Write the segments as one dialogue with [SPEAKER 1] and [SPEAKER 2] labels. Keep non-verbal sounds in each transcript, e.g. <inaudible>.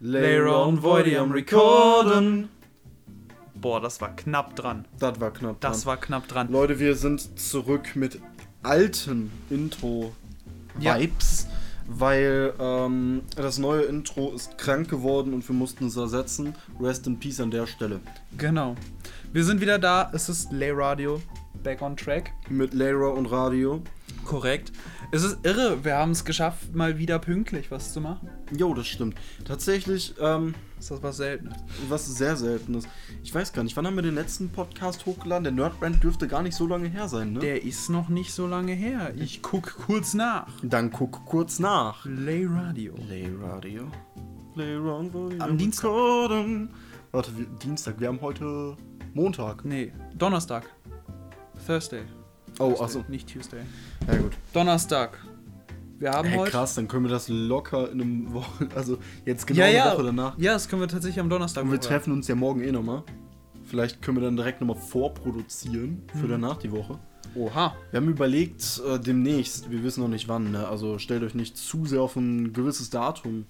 [SPEAKER 1] Later on Voidy am Recorden. Boah, das war knapp dran.
[SPEAKER 2] Das war knapp.
[SPEAKER 1] Das
[SPEAKER 2] dran.
[SPEAKER 1] war knapp dran.
[SPEAKER 2] Leute, wir sind zurück mit alten
[SPEAKER 1] Ja.
[SPEAKER 2] Intro-Vibes, weil ähm, das neue Intro ist krank geworden und wir mussten es ersetzen. Rest in Peace an der Stelle.
[SPEAKER 1] Genau. Wir sind wieder da. Es ist Lay Radio. Back on track.
[SPEAKER 2] Mit Lara und Radio.
[SPEAKER 1] Korrekt. Es ist irre. Wir haben es geschafft, mal wieder pünktlich was zu machen.
[SPEAKER 2] Jo, das stimmt. Tatsächlich, ähm,
[SPEAKER 1] Ist das was Seltenes?
[SPEAKER 2] was sehr selten ist. Ich weiß gar nicht, wann haben wir den letzten Podcast hochgeladen? Der Nerdbrand dürfte gar nicht so lange her sein, ne?
[SPEAKER 1] Der ist noch nicht so lange her. Ich guck kurz nach.
[SPEAKER 2] Dann guck kurz nach.
[SPEAKER 1] Lay Radio.
[SPEAKER 2] Play Radio. Play Wrong Volume.
[SPEAKER 1] Am Dienstag.
[SPEAKER 2] Recording. Warte, wir, Dienstag. Wir haben heute Montag.
[SPEAKER 1] Nee, Donnerstag. Thursday.
[SPEAKER 2] Oh,
[SPEAKER 1] Thursday,
[SPEAKER 2] achso.
[SPEAKER 1] Nicht Tuesday.
[SPEAKER 2] Ja, gut.
[SPEAKER 1] Donnerstag. Wir haben
[SPEAKER 2] Hey,
[SPEAKER 1] heute.
[SPEAKER 2] krass, dann können wir das locker in einem Wochen. <laughs> Also, jetzt genau
[SPEAKER 1] ja,
[SPEAKER 2] eine
[SPEAKER 1] ja.
[SPEAKER 2] Woche danach.
[SPEAKER 1] Ja, das können wir tatsächlich am Donnerstag
[SPEAKER 2] Und wir
[SPEAKER 1] machen.
[SPEAKER 2] treffen uns ja morgen eh nochmal. Vielleicht können wir dann direkt nochmal vorproduzieren
[SPEAKER 1] Mhm.
[SPEAKER 2] für danach die Woche.
[SPEAKER 1] Oha.
[SPEAKER 2] Wir haben überlegt, äh, demnächst, wir wissen noch nicht wann, ne? also stellt euch nicht zu sehr auf ein gewisses Datum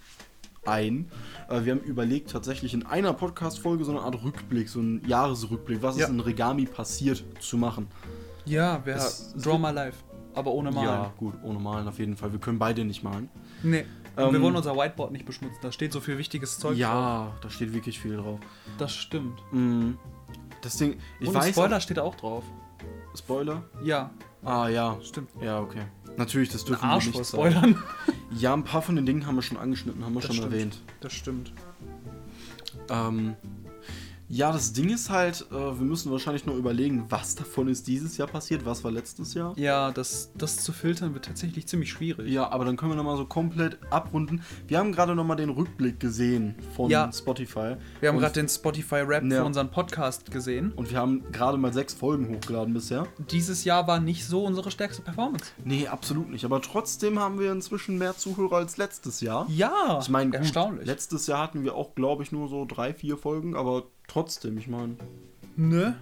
[SPEAKER 2] ein. Äh, wir haben überlegt, tatsächlich in einer Podcast-Folge so eine Art Rückblick, so einen Jahresrückblick, was
[SPEAKER 1] Ja.
[SPEAKER 2] ist in Regami passiert, zu machen.
[SPEAKER 1] Ja, wir
[SPEAKER 2] Es-
[SPEAKER 1] Draw My Life. Aber ohne Malen.
[SPEAKER 2] Ja, gut, ohne Malen auf jeden Fall. Wir können beide nicht malen.
[SPEAKER 1] Nee.
[SPEAKER 2] Ähm,
[SPEAKER 1] wir wollen unser Whiteboard nicht beschmutzen. Da steht so viel wichtiges Zeug.
[SPEAKER 2] Ja, da steht wirklich viel drauf.
[SPEAKER 1] drauf. Das stimmt.
[SPEAKER 2] Mhm. Das Ding, ich
[SPEAKER 1] Und
[SPEAKER 2] weiß.
[SPEAKER 1] Spoiler steht auch drauf.
[SPEAKER 2] Spoiler?
[SPEAKER 1] Ja,
[SPEAKER 2] Ah, ja.
[SPEAKER 1] stimmt.
[SPEAKER 2] Ja, okay. Natürlich, das dürfen wir
[SPEAKER 1] Arsch
[SPEAKER 2] nicht
[SPEAKER 1] vor
[SPEAKER 2] sagen.
[SPEAKER 1] Spoilern.
[SPEAKER 2] Ja, ein paar von den Dingen haben wir schon angeschnitten, haben wir
[SPEAKER 1] Das
[SPEAKER 2] schon
[SPEAKER 1] stimmt.
[SPEAKER 2] erwähnt.
[SPEAKER 1] Das stimmt.
[SPEAKER 2] Ähm, ja, das Ding ist halt, äh, wir müssen wahrscheinlich nur überlegen, was davon ist dieses Jahr passiert, was war letztes Jahr.
[SPEAKER 1] Ja, das, das zu filtern wird tatsächlich ziemlich schwierig.
[SPEAKER 2] Ja, aber dann können wir nochmal so komplett abrunden. Wir haben gerade nochmal den Rückblick gesehen von
[SPEAKER 1] Ja.
[SPEAKER 2] Spotify.
[SPEAKER 1] Wir haben
[SPEAKER 2] Und-
[SPEAKER 1] gerade den Spotify-Rap
[SPEAKER 2] Ja.
[SPEAKER 1] für unseren Podcast gesehen.
[SPEAKER 2] Und wir haben gerade mal sechs Folgen hochgeladen bisher.
[SPEAKER 1] Dieses Jahr war nicht so unsere stärkste Performance.
[SPEAKER 2] Nee, absolut nicht. Aber trotzdem haben wir inzwischen mehr Zuhörer als letztes Jahr.
[SPEAKER 1] Ja,
[SPEAKER 2] Ich meine, gut,
[SPEAKER 1] erstaunlich.
[SPEAKER 2] letztes Jahr hatten wir auch, glaube ich, nur so drei, vier Folgen, aber trotzdem, ich meine,
[SPEAKER 1] ne?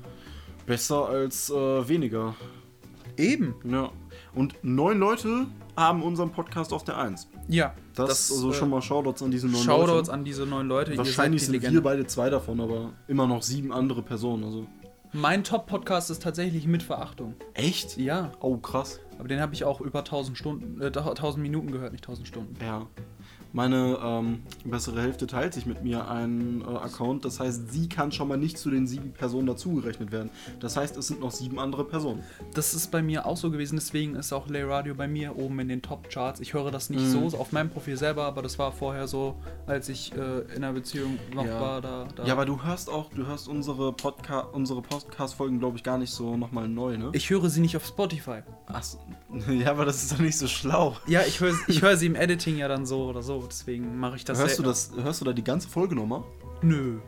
[SPEAKER 2] besser als äh, weniger.
[SPEAKER 1] Eben.
[SPEAKER 2] Ja. Und neun Leute haben unseren Podcast auf der Eins.
[SPEAKER 1] Ja. äh,
[SPEAKER 2] Das, also schon mal Shoutouts an diese neun
[SPEAKER 1] Shoutouts
[SPEAKER 2] Leute.
[SPEAKER 1] an diese neuen Leute. ihr
[SPEAKER 2] Wahrscheinlich
[SPEAKER 1] seid
[SPEAKER 2] sind
[SPEAKER 1] die
[SPEAKER 2] wir
[SPEAKER 1] Legende.
[SPEAKER 2] beide zwei davon, aber immer noch sieben andere Personen. Also
[SPEAKER 1] Mein Top-Podcast ist tatsächlich mit Verachtung.
[SPEAKER 2] echt?
[SPEAKER 1] Ja,
[SPEAKER 2] Oh krass.
[SPEAKER 1] aber den habe ich auch über 1000 Stunden, äh, 1000 Minuten gehört, nicht 1000 Stunden.
[SPEAKER 2] Ja. Meine ähm, bessere Hälfte teilt sich mit mir einen äh, Account. Das heißt, sie kann schon mal nicht zu den sieben Personen dazugerechnet werden. Das heißt, es sind noch sieben andere Personen.
[SPEAKER 1] Das ist bei mir auch so gewesen, deswegen ist auch Lay Radio bei mir oben in den Top-Charts. Ich höre das nicht
[SPEAKER 2] Mhm.
[SPEAKER 1] so auf meinem Profil selber, aber das war vorher so, als ich äh, in einer Beziehung noch
[SPEAKER 2] Ja.
[SPEAKER 1] war. Da, da.
[SPEAKER 2] Ja, aber du hörst auch, du hörst unsere, Podca unsere Podcast-Folgen, glaube ich, gar nicht so nochmal neu, ne?
[SPEAKER 1] ich höre sie nicht auf Spotify.
[SPEAKER 2] Ach so. <laughs> Ja, aber das ist doch nicht so schlau.
[SPEAKER 1] Ja, ich höre ich hör sie im Editing ja dann so oder so, deswegen mache ich das
[SPEAKER 2] hörst du
[SPEAKER 1] seltener.
[SPEAKER 2] das? Hörst du da die ganze Folge nochmal?
[SPEAKER 1] Nö.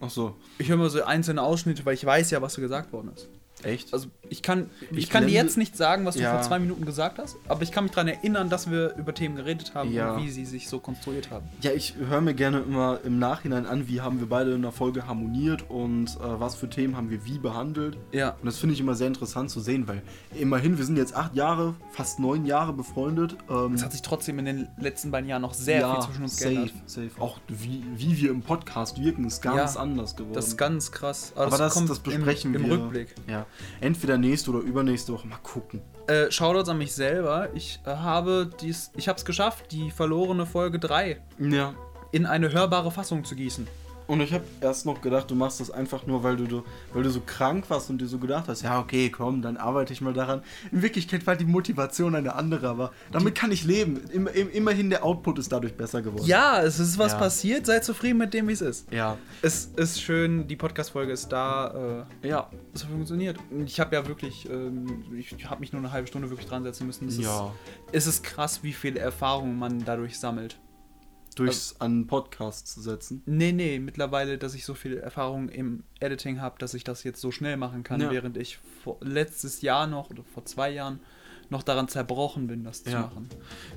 [SPEAKER 2] Ach so.
[SPEAKER 1] Ich höre mal so einzelne Ausschnitte, weil ich weiß ja, was so gesagt worden ist.
[SPEAKER 2] Echt?
[SPEAKER 1] Also ich kann, ich
[SPEAKER 2] Ich
[SPEAKER 1] kann dir
[SPEAKER 2] blende-
[SPEAKER 1] jetzt nicht sagen, was du
[SPEAKER 2] Ja.
[SPEAKER 1] vor zwei Minuten gesagt hast, aber ich kann mich daran erinnern, dass wir über Themen geredet haben
[SPEAKER 2] Ja.
[SPEAKER 1] und wie sie sich so konstruiert haben.
[SPEAKER 2] Ja, ich höre mir gerne immer im Nachhinein an, wie haben wir beide in der Folge harmoniert und äh, was für Themen haben wir wie behandelt.
[SPEAKER 1] Ja.
[SPEAKER 2] Und das finde ich immer sehr interessant zu sehen, weil immerhin, wir sind jetzt acht Jahre, fast neun Jahre befreundet. Ähm,
[SPEAKER 1] Es hat sich trotzdem in den letzten beiden Jahren noch sehr viel zwischen uns
[SPEAKER 2] safe,
[SPEAKER 1] geändert.
[SPEAKER 2] safe. Auch wie, wie wir im Podcast wirken, ist ganz
[SPEAKER 1] Ja,
[SPEAKER 2] anders geworden.
[SPEAKER 1] Das ist ganz krass. Also,
[SPEAKER 2] Aber das, das, besprechen
[SPEAKER 1] im, im
[SPEAKER 2] wir.
[SPEAKER 1] Rückblick.
[SPEAKER 2] Ja. Entweder nächste oder übernächste Woche. Mal gucken.
[SPEAKER 1] Äh, Shoutouts an mich selber. Ich äh, habe dies, ich habe es geschafft, die verlorene Folge 3
[SPEAKER 2] Ja.
[SPEAKER 1] in eine hörbare Fassung zu gießen.
[SPEAKER 2] Und ich habe erst noch gedacht, du machst das einfach nur, weil du, du, weil du so krank warst und dir so gedacht hast, ja, okay, komm, dann arbeite ich mal daran. In Wirklichkeit war die Motivation eine andere, aber damit kann ich leben. Im, im, immerhin der Output ist dadurch besser geworden.
[SPEAKER 1] Ja, es ist was
[SPEAKER 2] Ja.
[SPEAKER 1] passiert. Seid zufrieden mit dem, wie es ist.
[SPEAKER 2] Ja.
[SPEAKER 1] Es ist schön, die Podcast-Folge ist da. Äh,
[SPEAKER 2] Ja.
[SPEAKER 1] es hat funktioniert. Ich habe ja wirklich, ähm, ich habe mich nur eine halbe Stunde wirklich dran setzen müssen. Es,
[SPEAKER 2] Ja.
[SPEAKER 1] ist, es ist krass, wie viel Erfahrung man dadurch sammelt.
[SPEAKER 2] Durchs an einen Podcast zu setzen.
[SPEAKER 1] Nee, nee, mittlerweile, dass ich so viel Erfahrung im Editing habe, dass ich das jetzt so schnell machen kann,
[SPEAKER 2] Ja.
[SPEAKER 1] während ich vor, letztes Jahr noch oder vor zwei Jahren noch daran zerbrochen bin, das zu
[SPEAKER 2] Ja.
[SPEAKER 1] machen.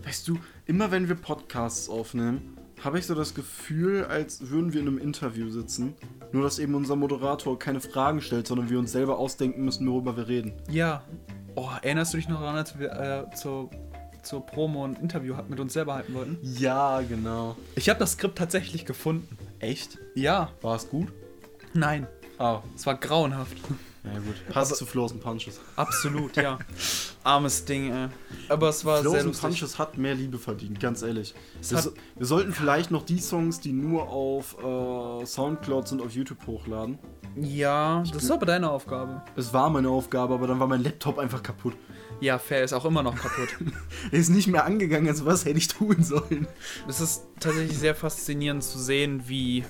[SPEAKER 2] Weißt du, immer wenn wir Podcasts aufnehmen, habe ich so das Gefühl, als würden wir in einem Interview sitzen. Nur, dass eben unser Moderator keine Fragen stellt, sondern wir uns selber ausdenken müssen, worüber wir reden.
[SPEAKER 1] Ja. Oh, erinnerst du dich noch daran, als wir äh, zur zur Promo ein Interview mit uns selber halten wollten.
[SPEAKER 2] Ja, genau.
[SPEAKER 1] Ich habe das Skript tatsächlich gefunden.
[SPEAKER 2] Echt?
[SPEAKER 1] Ja,
[SPEAKER 2] War es gut?
[SPEAKER 1] nein,
[SPEAKER 2] Ah,
[SPEAKER 1] es war grauenhaft.
[SPEAKER 2] na gut. Passt zu Flo's and Punches.
[SPEAKER 1] Absolut, ja. Armes Ding, ey. Aber es war
[SPEAKER 2] Flows
[SPEAKER 1] sehr
[SPEAKER 2] and
[SPEAKER 1] lustig.
[SPEAKER 2] Punches hat mehr Liebe verdient, ganz ehrlich. Wir,
[SPEAKER 1] hat-
[SPEAKER 2] so, wir sollten vielleicht noch die Songs, die nur auf äh, Soundclouds und auf YouTube hochladen.
[SPEAKER 1] Ja, das ist aber deine Aufgabe.
[SPEAKER 2] Es war meine Aufgabe, aber dann war mein Laptop einfach kaputt.
[SPEAKER 1] Ja, fair, ist auch immer noch kaputt. <laughs>
[SPEAKER 2] Er ist nicht mehr angegangen, also was hätte ich tun sollen?
[SPEAKER 1] es ist tatsächlich sehr faszinierend zu sehen, wie,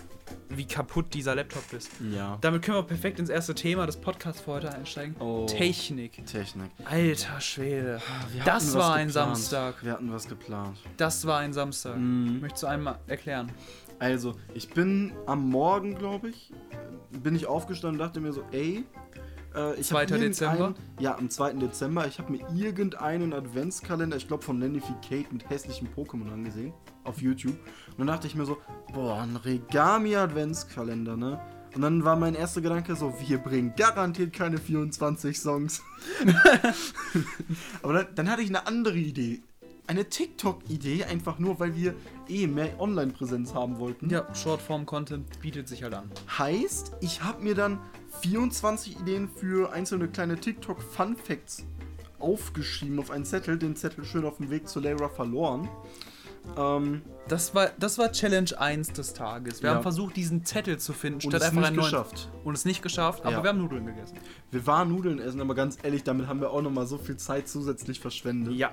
[SPEAKER 1] wie kaputt dieser Laptop ist.
[SPEAKER 2] Ja.
[SPEAKER 1] Damit können wir perfekt ins erste Thema des Podcasts für heute einsteigen.
[SPEAKER 2] Oh.
[SPEAKER 1] Technik.
[SPEAKER 2] Technik.
[SPEAKER 1] Alter Schwede.
[SPEAKER 2] Wir hatten
[SPEAKER 1] Das
[SPEAKER 2] was
[SPEAKER 1] war ein
[SPEAKER 2] geplant.
[SPEAKER 1] Samstag.
[SPEAKER 2] Wir hatten was geplant.
[SPEAKER 1] Das war ein Samstag.
[SPEAKER 2] Mhm.
[SPEAKER 1] Möchtest du einmal erklären?
[SPEAKER 2] Also, ich bin am Morgen, glaube ich, bin ich aufgestanden und dachte mir so, ey, äh, ich hab
[SPEAKER 1] 2. Dezember?
[SPEAKER 2] irgendeinen- Ja, am 2. Dezember. Ich habe mir irgendeinen Adventskalender, ich glaube von Nannificate mit hässlichen Pokémon angesehen, auf YouTube. Und dann dachte ich mir so, boah, ein Regami-Adventskalender, ne? Und dann war mein erster Gedanke so, wir bringen garantiert keine 24 Songs. <laughs> Aber dann, dann hatte ich eine andere Idee. Eine TikTok-Idee, einfach nur, weil wir eh mehr Online-Präsenz haben wollten.
[SPEAKER 1] Ja, Shortform-Content bietet sich halt an.
[SPEAKER 2] Heißt, ich habe mir dann 24 Ideen für einzelne kleine TikTok-Fun-Facts aufgeschrieben auf einen Zettel, den Zettel schön auf dem Weg zu Lara verloren. Ähm,
[SPEAKER 1] Das war, das war Challenge 1 des Tages. Wir
[SPEAKER 2] Ja.
[SPEAKER 1] haben versucht, diesen Zettel zu finden,
[SPEAKER 2] und es
[SPEAKER 1] statt einfach
[SPEAKER 2] nicht
[SPEAKER 1] einen neuen.
[SPEAKER 2] geschafft.
[SPEAKER 1] Und es nicht geschafft, aber
[SPEAKER 2] Ja.
[SPEAKER 1] wir haben Nudeln gegessen.
[SPEAKER 2] Wir waren Nudeln essen, aber ganz ehrlich, damit haben wir auch nochmal so viel Zeit zusätzlich verschwendet.
[SPEAKER 1] Ja.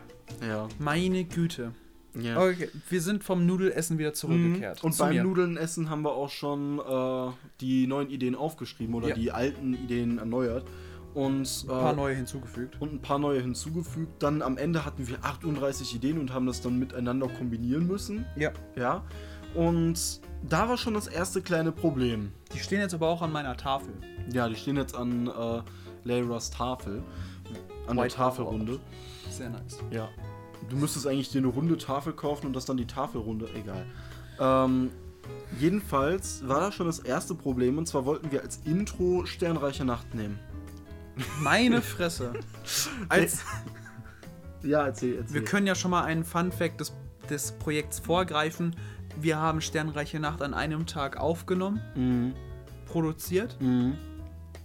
[SPEAKER 2] Ja.
[SPEAKER 1] Meine Güte.
[SPEAKER 2] ja. Mhm.
[SPEAKER 1] Okay, wir sind vom Nudelessen wieder zurückgekehrt.
[SPEAKER 2] Und
[SPEAKER 1] Zu
[SPEAKER 2] beim
[SPEAKER 1] mir.
[SPEAKER 2] Nudeln essen haben wir auch schon äh, die neuen Ideen aufgeschrieben oder
[SPEAKER 1] Ja.
[SPEAKER 2] die alten Ideen erneuert. Und,
[SPEAKER 1] Ein paar
[SPEAKER 2] äh,
[SPEAKER 1] neue hinzugefügt.
[SPEAKER 2] und ein paar neue hinzugefügt. Dann am Ende hatten wir 38 Ideen und haben das dann miteinander kombinieren müssen.
[SPEAKER 1] Ja.
[SPEAKER 2] Ja. Und da war schon das erste kleine Problem.
[SPEAKER 1] Die stehen jetzt aber auch an meiner Tafel.
[SPEAKER 2] Ja, die stehen jetzt an äh, Leiras Tafel. An
[SPEAKER 1] White
[SPEAKER 2] der Tafelrunde.
[SPEAKER 1] Sehr nice.
[SPEAKER 2] Ja. Du müsstest eigentlich dir eine runde Tafel kaufen und das dann die Tafelrunde. Egal. Ähm, jedenfalls war das schon das erste Problem und zwar wollten wir als Intro Sternreiche Nacht nehmen. <laughs>
[SPEAKER 1] Meine Fresse. Als,
[SPEAKER 2] Ja, erzähl,
[SPEAKER 1] wir
[SPEAKER 2] erzähl.
[SPEAKER 1] können ja schon mal einen Fun-Fact des, des Projekts vorgreifen. Wir haben Sternreiche Nacht an einem Tag aufgenommen,
[SPEAKER 2] Mhm.
[SPEAKER 1] produziert
[SPEAKER 2] Mhm.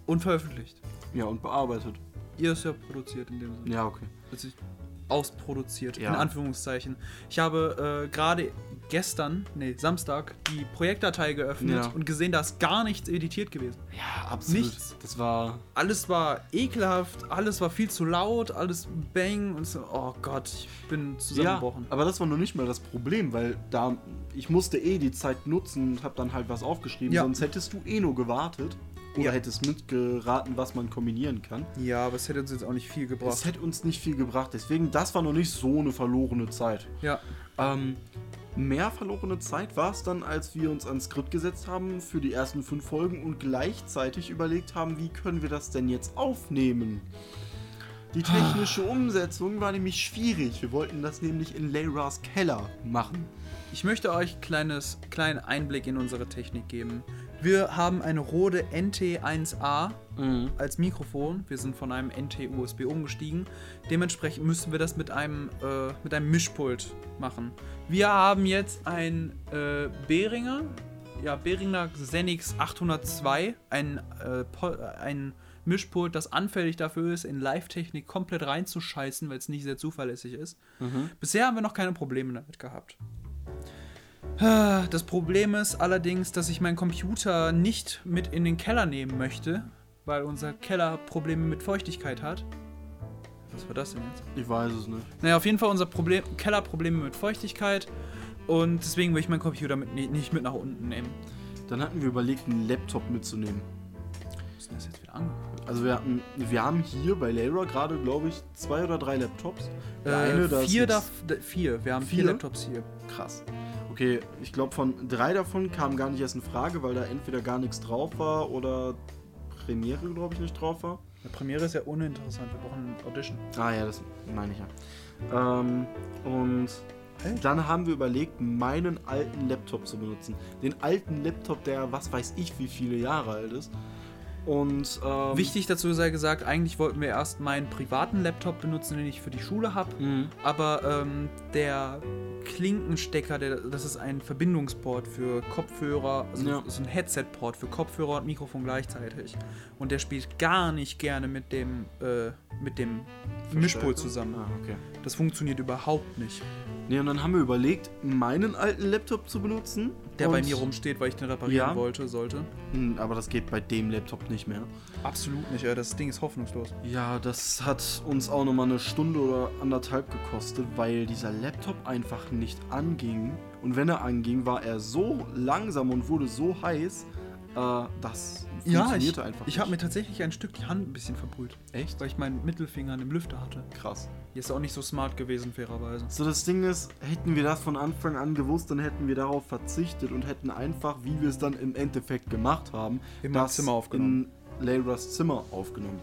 [SPEAKER 1] und veröffentlicht.
[SPEAKER 2] Ja, und bearbeitet.
[SPEAKER 1] Ihr ist ja produziert in dem Sinne.
[SPEAKER 2] Ja, okay.
[SPEAKER 1] Witzig. ausproduziert,
[SPEAKER 2] Ja.
[SPEAKER 1] in Anführungszeichen. Ich habe äh, gerade gestern, nee, Samstag, die Projektdatei geöffnet
[SPEAKER 2] Ja.
[SPEAKER 1] und gesehen, da ist gar nichts editiert gewesen.
[SPEAKER 2] Ja, absolut.
[SPEAKER 1] Nichts.
[SPEAKER 2] Das war
[SPEAKER 1] Alles war ekelhaft, alles war viel zu laut, alles bang und so, oh Gott, ich bin zusammengebrochen.
[SPEAKER 2] Ja, aber das war noch nicht mal das Problem, weil da ich musste eh die Zeit nutzen und habe dann halt was aufgeschrieben,
[SPEAKER 1] Ja.
[SPEAKER 2] sonst hättest du eh nur gewartet oder
[SPEAKER 1] Ja.
[SPEAKER 2] hättest mitgeraten, was man kombinieren kann.
[SPEAKER 1] Ja. aber es hätte uns jetzt auch nicht viel
[SPEAKER 2] Das
[SPEAKER 1] gebracht.
[SPEAKER 2] hätte uns nicht viel gebracht, deswegen das war noch nicht so eine verlorene Zeit.
[SPEAKER 1] Ja,
[SPEAKER 2] Ähm, mehr verlorene Zeit war es dann, als wir uns ans Skript gesetzt haben für die ersten fünf Folgen und gleichzeitig überlegt haben, wie können wir das denn jetzt aufnehmen. Die technische Umsetzung war nämlich schwierig. Wir wollten das nämlich in Leiras Keller machen.
[SPEAKER 1] ich möchte euch kleines kleinen Einblick in unsere Technik geben. Wir haben eine Rode NT1A als Mikrofon. Wir sind von einem NT-USB umgestiegen. Dementsprechend müssen wir das mit einem, äh, mit einem Mischpult machen. Wir haben jetzt ein äh, Behringer, ja, Behringer Xenix 802, ein, äh, Po- äh, ein Mischpult, das anfällig dafür ist, in Live-Technik komplett reinzuscheißen, weil es nicht sehr zuverlässig ist. Bisher haben wir noch keine Probleme damit gehabt. Ah, Das Problem ist allerdings, dass ich meinen Computer nicht mit in den Keller nehmen möchte, weil unser Keller Probleme mit Feuchtigkeit hat. Was war das denn jetzt?
[SPEAKER 2] Ich weiß es nicht.
[SPEAKER 1] Naja, auf jeden Fall unser Problem, Keller Probleme mit Feuchtigkeit und deswegen will ich meinen Computer mit, ni- nicht mit nach unten nehmen.
[SPEAKER 2] Dann hatten wir überlegt, einen Laptop mitzunehmen.
[SPEAKER 1] Was ist denn das jetzt wieder an?
[SPEAKER 2] Also wir hatten, wir haben hier bei Leira gerade, glaube ich, zwei oder drei Laptops. Der eine, da
[SPEAKER 1] äh,
[SPEAKER 2] ist
[SPEAKER 1] vier,
[SPEAKER 2] jetzt-
[SPEAKER 1] da, da, vier. Wir haben vier,
[SPEAKER 2] Vier?
[SPEAKER 1] Laptops hier.
[SPEAKER 2] Krass. Okay, ich glaube, von drei davon kam gar nicht erst in Frage, weil da entweder gar nichts drauf war oder Premiere, glaube ich, nicht drauf war.
[SPEAKER 1] Eine Premiere ist ja uninteressant. Wir brauchen Audition.
[SPEAKER 2] Ah ja, das meine ich ja. Ähm, und dann haben wir überlegt, meinen alten Laptop zu benutzen. Den alten Laptop, der was weiß ich, wie viele Jahre alt ist. Und ähm,
[SPEAKER 1] Wichtig dazu sei gesagt, eigentlich wollten wir erst meinen privaten Laptop benutzen, den ich für die Schule habe.
[SPEAKER 2] Mhm.
[SPEAKER 1] Aber ähm, der Klinkenstecker, der, das ist ein Verbindungsport für Kopfhörer, also
[SPEAKER 2] Ja.
[SPEAKER 1] so ein Headset-Port für Kopfhörer und Mikrofon gleichzeitig. Und der spielt gar nicht gerne mit dem, äh, mit dem Mischpult zusammen.
[SPEAKER 2] Ah, okay.
[SPEAKER 1] Das funktioniert überhaupt nicht.
[SPEAKER 2] Nee, und dann haben wir überlegt, meinen alten Laptop zu benutzen.
[SPEAKER 1] Der bei
[SPEAKER 2] Und-
[SPEAKER 1] mir rumsteht, weil ich den reparieren
[SPEAKER 2] Ja.
[SPEAKER 1] wollte, sollte.
[SPEAKER 2] Hm, Aber das geht bei dem Laptop nicht mehr.
[SPEAKER 1] Absolut nicht, ey. das Ding ist hoffnungslos.
[SPEAKER 2] Ja, das hat uns auch nochmal eine Stunde oder anderthalb gekostet, weil dieser Laptop einfach nicht anging. Und wenn er anging, war er so langsam und wurde so heiß, äh, das
[SPEAKER 1] Ja, ich,
[SPEAKER 2] funktionierte einfach
[SPEAKER 1] ich habe mir tatsächlich ein Stück die Hand ein bisschen verbrüht.
[SPEAKER 2] Echt?
[SPEAKER 1] Weil ich meinen Mittelfinger an dem Lüfter hatte.
[SPEAKER 2] Krass.
[SPEAKER 1] Die ist auch nicht so smart gewesen, fairerweise.
[SPEAKER 2] So, das Ding ist, hätten wir das von Anfang an gewusst, dann hätten wir darauf verzichtet und hätten einfach, wie wir es dann im Endeffekt gemacht haben,
[SPEAKER 1] In mein Zimmer aufgenommen.
[SPEAKER 2] in Leiras Zimmer aufgenommen.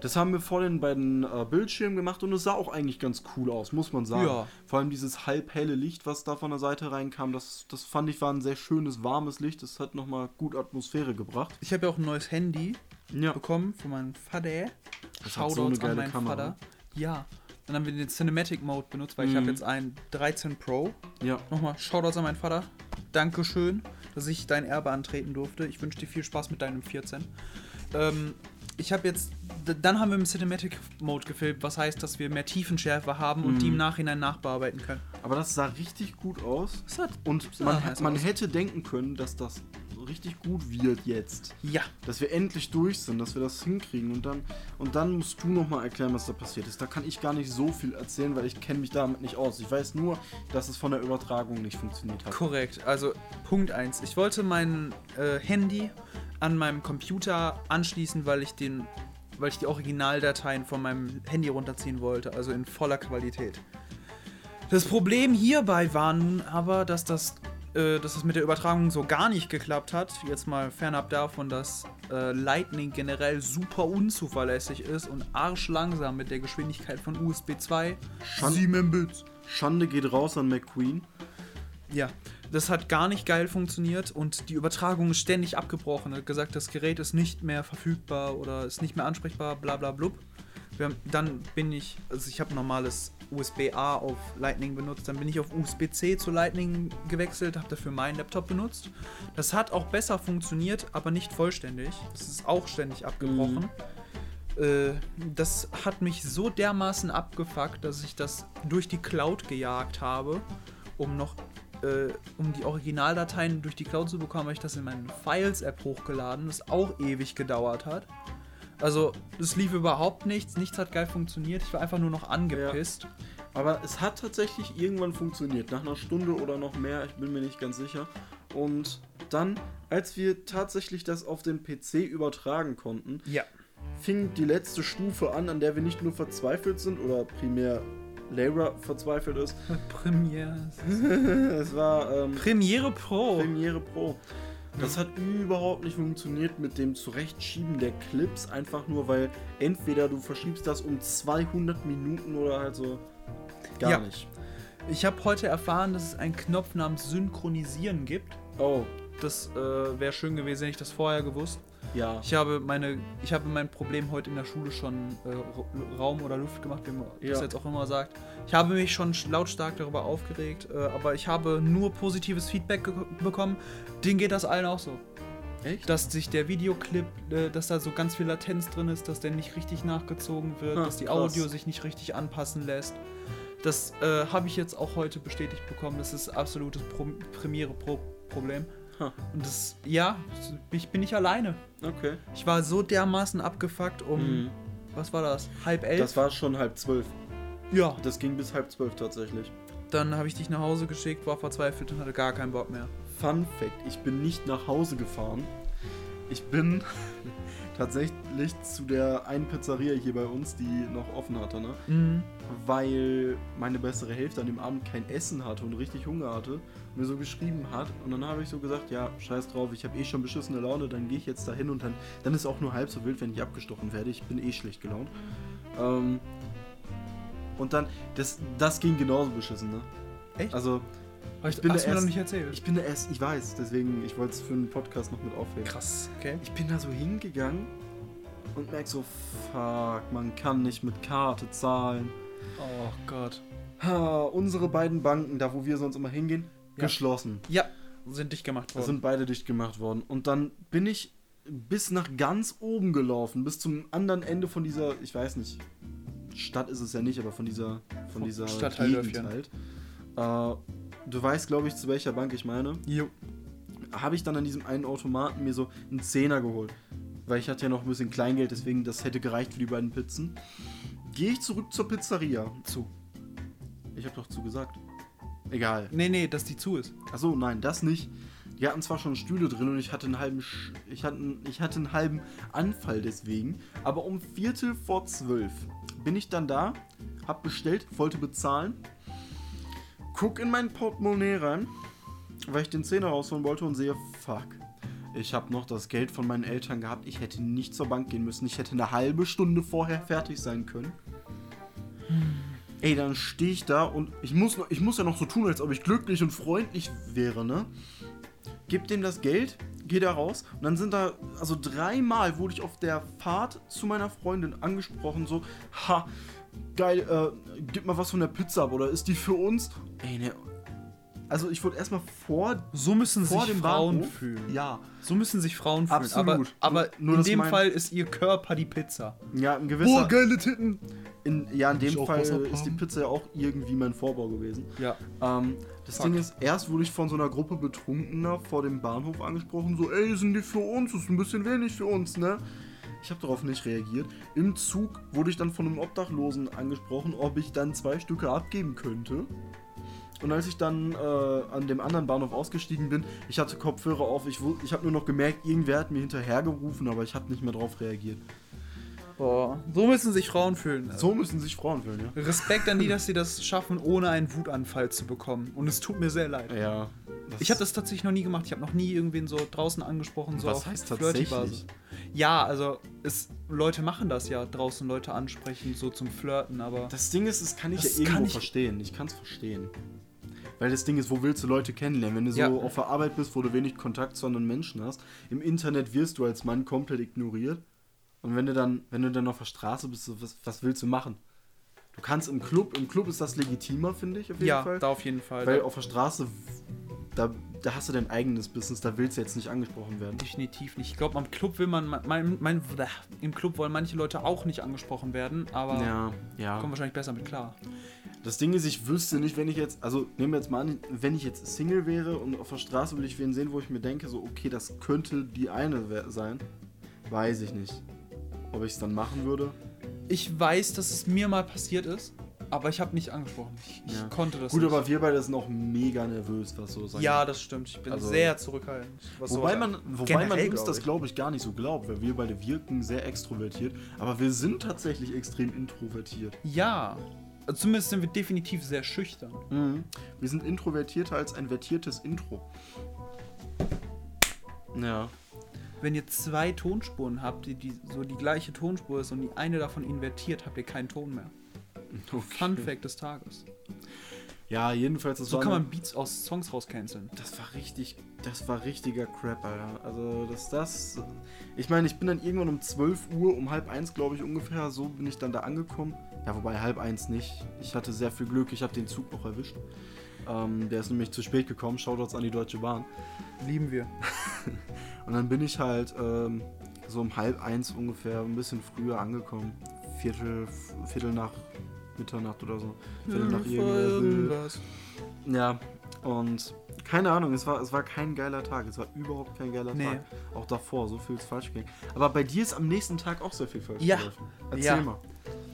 [SPEAKER 2] Das haben wir vor den beiden äh, Bildschirmen gemacht und es sah auch eigentlich ganz cool aus, muss man sagen.
[SPEAKER 1] Ja.
[SPEAKER 2] Vor allem dieses halbhelle Licht, was da von der Seite reinkam, das, das fand ich war ein sehr schönes, warmes Licht. Das hat nochmal gut Atmosphäre gebracht.
[SPEAKER 1] Ich habe ja auch ein neues Handy
[SPEAKER 2] Ja.
[SPEAKER 1] bekommen von meinem Vater.
[SPEAKER 2] Das hat so eine geile Kamera.
[SPEAKER 1] Ja. Dann haben wir den Cinematic Mode benutzt,
[SPEAKER 2] Mhm.
[SPEAKER 1] weil ich habe jetzt einen 13 Pro.
[SPEAKER 2] Ja.
[SPEAKER 1] Nochmal Shoutouts an meinen Vater. Dankeschön, dass ich dein Erbe antreten durfte. Ich wünsche dir viel Spaß mit deinem 14. Ähm, ich habe jetzt, d- dann haben wir im Cinematic Mode gefilmt, was heißt, dass wir mehr Tiefenschärfe haben und die
[SPEAKER 2] Mhm.
[SPEAKER 1] im Nachhinein nachbearbeiten können.
[SPEAKER 2] Aber das sah richtig gut aus.
[SPEAKER 1] Das hat
[SPEAKER 2] Und
[SPEAKER 1] sah
[SPEAKER 2] man,
[SPEAKER 1] nice
[SPEAKER 2] man
[SPEAKER 1] aus.
[SPEAKER 2] hätte denken können, dass das richtig gut wird jetzt.
[SPEAKER 1] Ja.
[SPEAKER 2] Dass wir endlich durch sind, dass wir das hinkriegen. Und dann, und dann musst du nochmal erklären, was da passiert ist. Da kann ich gar nicht so viel erzählen, weil ich kenne mich damit nicht aus. Ich weiß nur, dass es von der Übertragung nicht funktioniert hat.
[SPEAKER 1] Korrekt. Also Punkt 1. Ich wollte mein äh, Handy an meinem Computer anschließen, weil ich den weil ich die Originaldateien von meinem Handy runterziehen wollte, also in voller Qualität. Das Problem hierbei war nun aber, dass das, äh, dass das mit der Übertragung so gar nicht geklappt hat. Jetzt mal fernab davon, dass äh, Lightning generell super unzuverlässig ist und arschlangsam mit der Geschwindigkeit von USB 2.
[SPEAKER 2] Schand-
[SPEAKER 1] 7 Bits.
[SPEAKER 2] Schande geht raus an McQueen.
[SPEAKER 1] Ja, das hat gar nicht geil funktioniert und die Übertragung ist ständig abgebrochen. Er hat gesagt, das Gerät ist nicht mehr verfügbar oder ist nicht mehr ansprechbar, bla bla blub. Wir haben, dann bin ich, also ich habe normales USB-A auf Lightning benutzt, dann bin ich auf USB-C zu Lightning gewechselt, habe dafür meinen Laptop benutzt. Das hat auch besser funktioniert, aber nicht vollständig. Das ist auch ständig abgebrochen. Äh, das hat mich so dermaßen abgefuckt, dass ich das durch die Cloud gejagt habe, um noch äh, um die Originaldateien durch die Cloud zu bekommen, habe ich das in meinen Files-App hochgeladen, das auch ewig gedauert hat. Also, es lief überhaupt nichts, nichts hat geil funktioniert, ich war einfach nur noch angepisst.
[SPEAKER 2] Aber es hat tatsächlich irgendwann funktioniert. Nach einer Stunde oder noch mehr, ich bin mir nicht ganz sicher. Und dann, als wir tatsächlich das auf den PC übertragen konnten,
[SPEAKER 1] Ja.
[SPEAKER 2] fing die letzte Stufe an, an der wir nicht nur verzweifelt sind oder primär Lara verzweifelt ist. <laughs>
[SPEAKER 1] Premiere.
[SPEAKER 2] Es war ähm,
[SPEAKER 1] Hm? Premiere Pro. Mhm.
[SPEAKER 2] Premiere Pro. Das hat überhaupt nicht funktioniert mit dem Zurechtschieben der Clips, einfach nur weil entweder du verschiebst das um 200 Minuten oder halt so gar
[SPEAKER 1] Ja.
[SPEAKER 2] nicht.
[SPEAKER 1] Ich habe heute erfahren, dass es einen Knopf namens Synchronisieren gibt.
[SPEAKER 2] Oh,
[SPEAKER 1] Das äh, wäre schön gewesen, hätte ich das vorher gewusst.
[SPEAKER 2] ja.
[SPEAKER 1] Ich habe, meine, ich habe mein Problem heute in der Schule schon äh, Ra- Raum oder Luft gemacht, wie man das
[SPEAKER 2] Ja.
[SPEAKER 1] jetzt auch immer sagt. Ich habe mich schon sch- lautstark darüber aufgeregt, äh, aber ich habe nur positives Feedback ge- bekommen. Denen geht das allen auch so.
[SPEAKER 2] Echt?
[SPEAKER 1] Dass sich der Videoclip, äh, dass da so ganz viel Latenz drin ist, dass der nicht richtig nachgezogen wird,
[SPEAKER 2] Ha,
[SPEAKER 1] dass die
[SPEAKER 2] krass.
[SPEAKER 1] Audio sich nicht richtig anpassen lässt. Das äh, habe ich jetzt auch heute bestätigt bekommen. Das ist absolutes Pro Premiere-Pro-Problem.
[SPEAKER 2] Ha,
[SPEAKER 1] Und das, ja, ich bin nicht alleine.
[SPEAKER 2] okay. Mhm.
[SPEAKER 1] Ich war so dermaßen abgefuckt um, was war das, halb elf?
[SPEAKER 2] Das war schon halb zwölf.
[SPEAKER 1] ja.
[SPEAKER 2] Das ging bis halb zwölf tatsächlich.
[SPEAKER 1] Dann habe ich dich nach Hause geschickt, war verzweifelt und hatte gar keinen Bock mehr.
[SPEAKER 2] Fun Fact: Ich bin nicht nach Hause gefahren. Ich bin <laughs> tatsächlich zu der einen Pizzeria hier bei uns, die noch offen hatte, ne?
[SPEAKER 1] Mhm.
[SPEAKER 2] weil meine bessere Hälfte an dem Abend kein Essen hatte und richtig Hunger hatte, mir so geschrieben hat. Und dann habe ich so gesagt: Ja, scheiß drauf, ich habe eh schon beschissene Laune, dann gehe ich jetzt dahin und dann, dann ist auch nur halb so wild, wenn ich abgestochen werde. Ich bin eh schlecht gelaunt. Ähm, und dann, das, das ging genauso beschissen, ne?
[SPEAKER 1] Echt?
[SPEAKER 2] Also,
[SPEAKER 1] Hab ich,
[SPEAKER 2] bin
[SPEAKER 1] hast du
[SPEAKER 2] der
[SPEAKER 1] mir noch
[SPEAKER 2] Erste.
[SPEAKER 1] nicht erzählt.
[SPEAKER 2] Ich bin da erst, ich weiß, deswegen, ich wollte es für einen Podcast noch mit aufheben.
[SPEAKER 1] Krass, okay.
[SPEAKER 2] Ich bin da so hingegangen und merk so, fuck, man kann nicht mit Karte zahlen.
[SPEAKER 1] Oh Gott.
[SPEAKER 2] Ha, unsere beiden Banken, da wo wir sonst immer hingehen,
[SPEAKER 1] Ja.
[SPEAKER 2] geschlossen.
[SPEAKER 1] Ja, sind dich gemacht worden.
[SPEAKER 2] Sind beide dicht gemacht worden. Und dann bin ich bis nach ganz oben gelaufen, bis zum anderen Ende von dieser, ich weiß nicht, Stadt ist es ja nicht, aber von dieser, von
[SPEAKER 1] Vom
[SPEAKER 2] dieser
[SPEAKER 1] Stadtteil
[SPEAKER 2] Gegend halt. Äh, du weißt, glaube ich, zu welcher Bank ich meine.
[SPEAKER 1] jo.
[SPEAKER 2] habe ich dann an diesem einen Automaten mir so einen Zehner geholt. Weil ich hatte ja noch ein bisschen Kleingeld, deswegen das hätte gereicht für die beiden Pizzen. Gehe ich zurück zur Pizzeria.
[SPEAKER 1] Zu.
[SPEAKER 2] Ich habe doch zugesagt. Egal.
[SPEAKER 1] Nee, nee, dass die zu ist.
[SPEAKER 2] Achso, nein, das nicht. Die hatten zwar schon Stühle drin und ich hatte einen halben Sch ich hatte, einen- ich hatte einen halben Anfall deswegen, aber um Viertel vor zwölf bin ich dann da, hab bestellt, wollte bezahlen, guck in mein Portemonnaie rein, weil ich den Zehner rausholen wollte und sehe, fuck, ich habe noch das Geld von meinen Eltern gehabt, ich hätte nicht zur Bank gehen müssen, ich hätte eine halbe Stunde vorher fertig sein können. Ey, dann stehe ich da und ich muss, noch- ich muss ja noch so tun, als ob ich glücklich und freundlich wäre, ne? Gib dem das Geld, geh da raus und dann sind da, also dreimal wurde ich auf der Fahrt zu meiner Freundin angesprochen, so, ha, geil, äh, gib mal was von der Pizza ab oder ist die für uns? Ey, ne. Also ich wurde erstmal vor,
[SPEAKER 1] So müssen
[SPEAKER 2] vor
[SPEAKER 1] sich
[SPEAKER 2] dem
[SPEAKER 1] Frauen
[SPEAKER 2] Bahnhof,
[SPEAKER 1] fühlen.
[SPEAKER 2] ja,
[SPEAKER 1] So müssen sich Frauen fühlen.
[SPEAKER 2] Absolut.
[SPEAKER 1] Aber, aber
[SPEAKER 2] Nur- nur
[SPEAKER 1] in
[SPEAKER 2] das
[SPEAKER 1] dem
[SPEAKER 2] mein-
[SPEAKER 1] Fall ist ihr Körper die Pizza.
[SPEAKER 2] ja, ein gewisser,
[SPEAKER 1] geile Titten.
[SPEAKER 2] in, ja, in
[SPEAKER 1] ich
[SPEAKER 2] dem
[SPEAKER 1] auch
[SPEAKER 2] Fall
[SPEAKER 1] Wasser
[SPEAKER 2] ist die
[SPEAKER 1] haben?
[SPEAKER 2] Pizza ja auch irgendwie mein Vorbau gewesen.
[SPEAKER 1] Ja.
[SPEAKER 2] Ähm, das
[SPEAKER 1] Fuck.
[SPEAKER 2] Ding ist, erst wurde ich von so einer Gruppe Betrunkener vor dem Bahnhof angesprochen, so, ey, sind die für uns? Ist ein bisschen wenig für uns, ne? Ich habe darauf nicht reagiert. Im Zug wurde ich dann von einem Obdachlosen angesprochen, ob ich dann zwei Stücke abgeben könnte. Und als ich dann äh, an dem anderen Bahnhof ausgestiegen bin, ich hatte Kopfhörer auf, ich, wu- ich habe nur noch gemerkt, irgendwer hat mir hinterhergerufen, aber ich habe nicht mehr drauf reagiert.
[SPEAKER 1] Boah. So müssen sich Frauen fühlen.
[SPEAKER 2] So müssen sich ne? Frauen fühlen, ja?
[SPEAKER 1] Respekt an die, dass sie das schaffen, ohne einen Wutanfall zu bekommen. Und es tut mir sehr leid.
[SPEAKER 2] Ja.
[SPEAKER 1] Ich habe das tatsächlich noch nie gemacht. Ich habe noch nie irgendwen so draußen angesprochen, so
[SPEAKER 2] Was
[SPEAKER 1] auf
[SPEAKER 2] heißt
[SPEAKER 1] flirty
[SPEAKER 2] tatsächlich?
[SPEAKER 1] Basis. Ja, also es, Leute machen das ja draußen, Leute ansprechen, so zum Flirten, aber
[SPEAKER 2] Das Ding ist, das kann ich
[SPEAKER 1] Das
[SPEAKER 2] ja irgendwo
[SPEAKER 1] kann ich-
[SPEAKER 2] verstehen. Ich kann es verstehen. Weil das Ding ist, wo willst du Leute kennenlernen? Wenn du so
[SPEAKER 1] Ja.
[SPEAKER 2] auf der Arbeit bist, wo du wenig Kontakt zu anderen Menschen hast, im Internet wirst du als Mann komplett ignoriert. Und wenn du dann, wenn du dann auf der Straße bist, so was, was willst du machen? Du kannst im Club, im Club ist das legitimer, finde ich, auf jeden
[SPEAKER 1] ja,
[SPEAKER 2] Fall.
[SPEAKER 1] da auf jeden Fall.
[SPEAKER 2] Weil
[SPEAKER 1] da,
[SPEAKER 2] auf der Straße, da, da hast du dein eigenes Business, da willst du jetzt nicht angesprochen werden.
[SPEAKER 1] definitiv nicht. Ich glaube, am Club will man, man, man, man, im Club wollen manche Leute auch nicht angesprochen werden, aber
[SPEAKER 2] Ja, ja.
[SPEAKER 1] kommen wahrscheinlich besser mit klar.
[SPEAKER 2] Das Ding ist, ich wüsste nicht, wenn ich jetzt, also nehmen wir jetzt mal an, wenn ich jetzt Single wäre und auf der Straße würde ich wen sehen, wo ich mir denke, so, okay, das könnte die eine we- sein. Weiß ich nicht. Ob ich es dann machen würde.
[SPEAKER 1] Ich weiß, dass es mir mal passiert ist, aber ich habe nicht angesprochen. Ich, ich
[SPEAKER 2] Ja.
[SPEAKER 1] konnte das
[SPEAKER 2] Gut,
[SPEAKER 1] nicht.
[SPEAKER 2] aber wir beide sind auch mega nervös, was so sein
[SPEAKER 1] ja, das stimmt. Ich bin
[SPEAKER 2] Also-
[SPEAKER 1] sehr zurückhaltend. was
[SPEAKER 2] Wobei
[SPEAKER 1] sowas
[SPEAKER 2] man,
[SPEAKER 1] angeht.
[SPEAKER 2] wobei man
[SPEAKER 1] Generell,
[SPEAKER 2] uns
[SPEAKER 1] glaub
[SPEAKER 2] das,
[SPEAKER 1] ich.
[SPEAKER 2] glaube ich, gar nicht so glaubt, weil wir beide wirken sehr extrovertiert, aber wir sind tatsächlich extrem introvertiert.
[SPEAKER 1] Ja. Zumindest sind wir definitiv sehr schüchtern.
[SPEAKER 2] Wir sind introvertierter als ein vertiertes Intro. Ja.
[SPEAKER 1] Wenn ihr zwei Tonspuren habt, die, die so die gleiche Tonspur ist und die eine davon invertiert, habt ihr keinen Ton mehr. Fun Fact des Tages.
[SPEAKER 2] Ja, jedenfalls, das
[SPEAKER 1] So
[SPEAKER 2] war
[SPEAKER 1] kann
[SPEAKER 2] eine-
[SPEAKER 1] man Beats aus Songs rauscanceln.
[SPEAKER 2] Das war richtig, das war richtiger Crap, Alter. Also, dass das. Ich meine, ich bin dann irgendwann um 12 Uhr, um halb eins, glaube ich, ungefähr, so bin ich dann da angekommen. Ja, wobei halb eins nicht. Ich hatte sehr viel Glück, ich habe den Zug noch erwischt. Ähm, der ist nämlich zu spät gekommen, Shoutouts an die Deutsche Bahn.
[SPEAKER 1] Lieben wir.
[SPEAKER 2] Und dann bin ich halt ähm, so um halb eins ungefähr, ein bisschen früher angekommen. Viertel, Viertel nach Mitternacht oder so. Viertel
[SPEAKER 1] Hm,
[SPEAKER 2] nach irgendwas. Ja, und keine Ahnung, es war, es war kein geiler Tag. Es war überhaupt kein geiler
[SPEAKER 1] Nee.
[SPEAKER 2] Tag. Auch davor, so viel ist falsch gegangen. Aber bei dir ist am nächsten Tag auch sehr viel falsch
[SPEAKER 1] Ja.
[SPEAKER 2] gelaufen. Erzähl
[SPEAKER 1] Ja.
[SPEAKER 2] mal.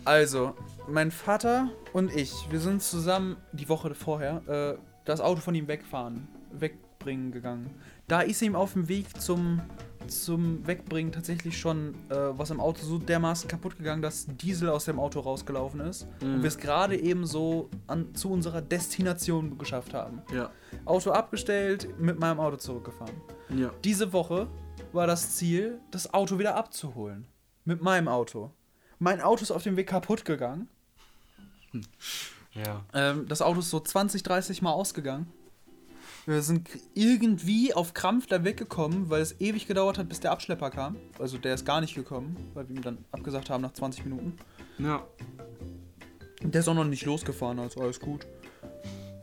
[SPEAKER 1] Also, mein Vater und ich, wir sind zusammen die Woche vorher äh, das Auto von ihm wegfahren, wegbringen gegangen. Da ist ihm auf dem Weg zum, zum Wegbringen tatsächlich schon äh, was im Auto so dermaßen kaputt gegangen, dass Diesel aus dem Auto rausgelaufen ist. Und wir es gerade eben so an, zu unserer Destination geschafft haben.
[SPEAKER 2] Ja.
[SPEAKER 1] Auto abgestellt, mit meinem Auto zurückgefahren.
[SPEAKER 2] Ja.
[SPEAKER 1] Diese Woche war das Ziel, das Auto wieder abzuholen. Mit meinem Auto. Mein Auto ist auf dem Weg kaputt gegangen.
[SPEAKER 2] Ja.
[SPEAKER 1] Ähm, das Auto ist so 20, 30 Mal ausgegangen. Wir sind irgendwie auf Krampf da weggekommen, weil es ewig gedauert hat, bis der Abschlepper kam. Also der ist gar nicht gekommen, weil wir ihm dann abgesagt haben nach 20 Minuten.
[SPEAKER 2] Ja.
[SPEAKER 1] Der ist auch noch nicht losgefahren, also alles gut.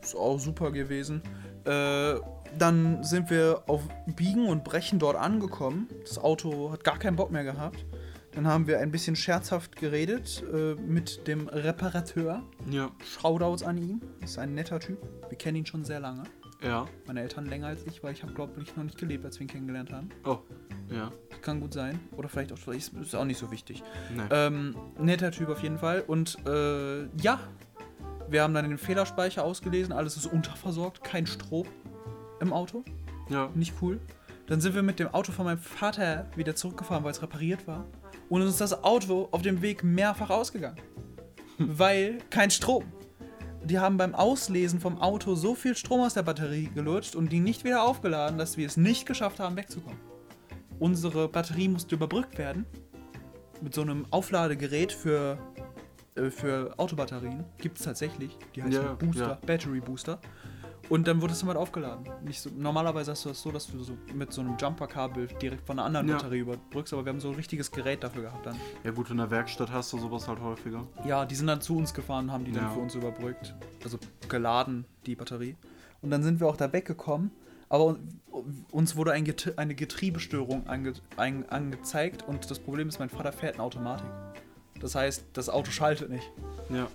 [SPEAKER 1] Ist auch super gewesen. Äh, dann sind wir auf Biegen und Brechen dort angekommen. Das Auto hat gar keinen Bock mehr gehabt. Dann haben wir ein bisschen scherzhaft geredet äh, mit dem Reparateur.
[SPEAKER 2] Ja.
[SPEAKER 1] Shoutouts an ihn. Ist ein netter Typ. Wir kennen ihn schon sehr lange.
[SPEAKER 2] Ja.
[SPEAKER 1] Meine Eltern länger als ich, weil ich habe, glaube ich, noch nicht gelebt, als wir ihn kennengelernt haben.
[SPEAKER 2] Oh. Ja.
[SPEAKER 1] Das kann gut sein. Oder vielleicht auch, vielleicht ist auch nicht so wichtig.
[SPEAKER 2] Nein.
[SPEAKER 1] Ähm, netter Typ auf jeden Fall. Und äh, ja, wir haben dann den Fehlerspeicher ausgelesen. Alles ist unterversorgt. Kein Strom im Auto.
[SPEAKER 2] Ja.
[SPEAKER 1] Nicht cool. Dann sind wir mit dem Auto von meinem Vater wieder zurückgefahren, weil es repariert war. Und uns ist das Auto auf dem Weg mehrfach ausgegangen.
[SPEAKER 2] Hm.
[SPEAKER 1] Weil kein Strom. Die haben beim Auslesen vom Auto so viel Strom aus der Batterie gelutscht und die nicht wieder aufgeladen, dass wir es nicht geschafft haben, wegzukommen. Unsere Batterie musste überbrückt werden. Mit so einem Aufladegerät für, äh, für Autobatterien. Gibt es tatsächlich. Die heißen
[SPEAKER 2] Ja,
[SPEAKER 1] Booster,
[SPEAKER 2] ja.
[SPEAKER 1] Battery Booster. Und dann wurde es damit aufgeladen. Nicht so, normalerweise hast du das so, dass du so mit so einem Jumper-Kabel direkt von einer anderen
[SPEAKER 2] Ja.
[SPEAKER 1] Batterie überbrückst, aber wir haben so ein richtiges Gerät dafür gehabt dann.
[SPEAKER 2] Ja gut, in der Werkstatt hast du sowas halt häufiger.
[SPEAKER 1] Ja, die sind dann zu uns gefahren, haben die dann
[SPEAKER 2] Ja.
[SPEAKER 1] für uns überbrückt. Also geladen, die Batterie. Und dann sind wir auch da weggekommen. Aber un- uns wurde ein Get eine Getriebestörung ange ein angezeigt. Und das Problem ist, mein Vater fährt in Automatik. Das heißt, das Auto schaltet nicht.
[SPEAKER 2] Ja.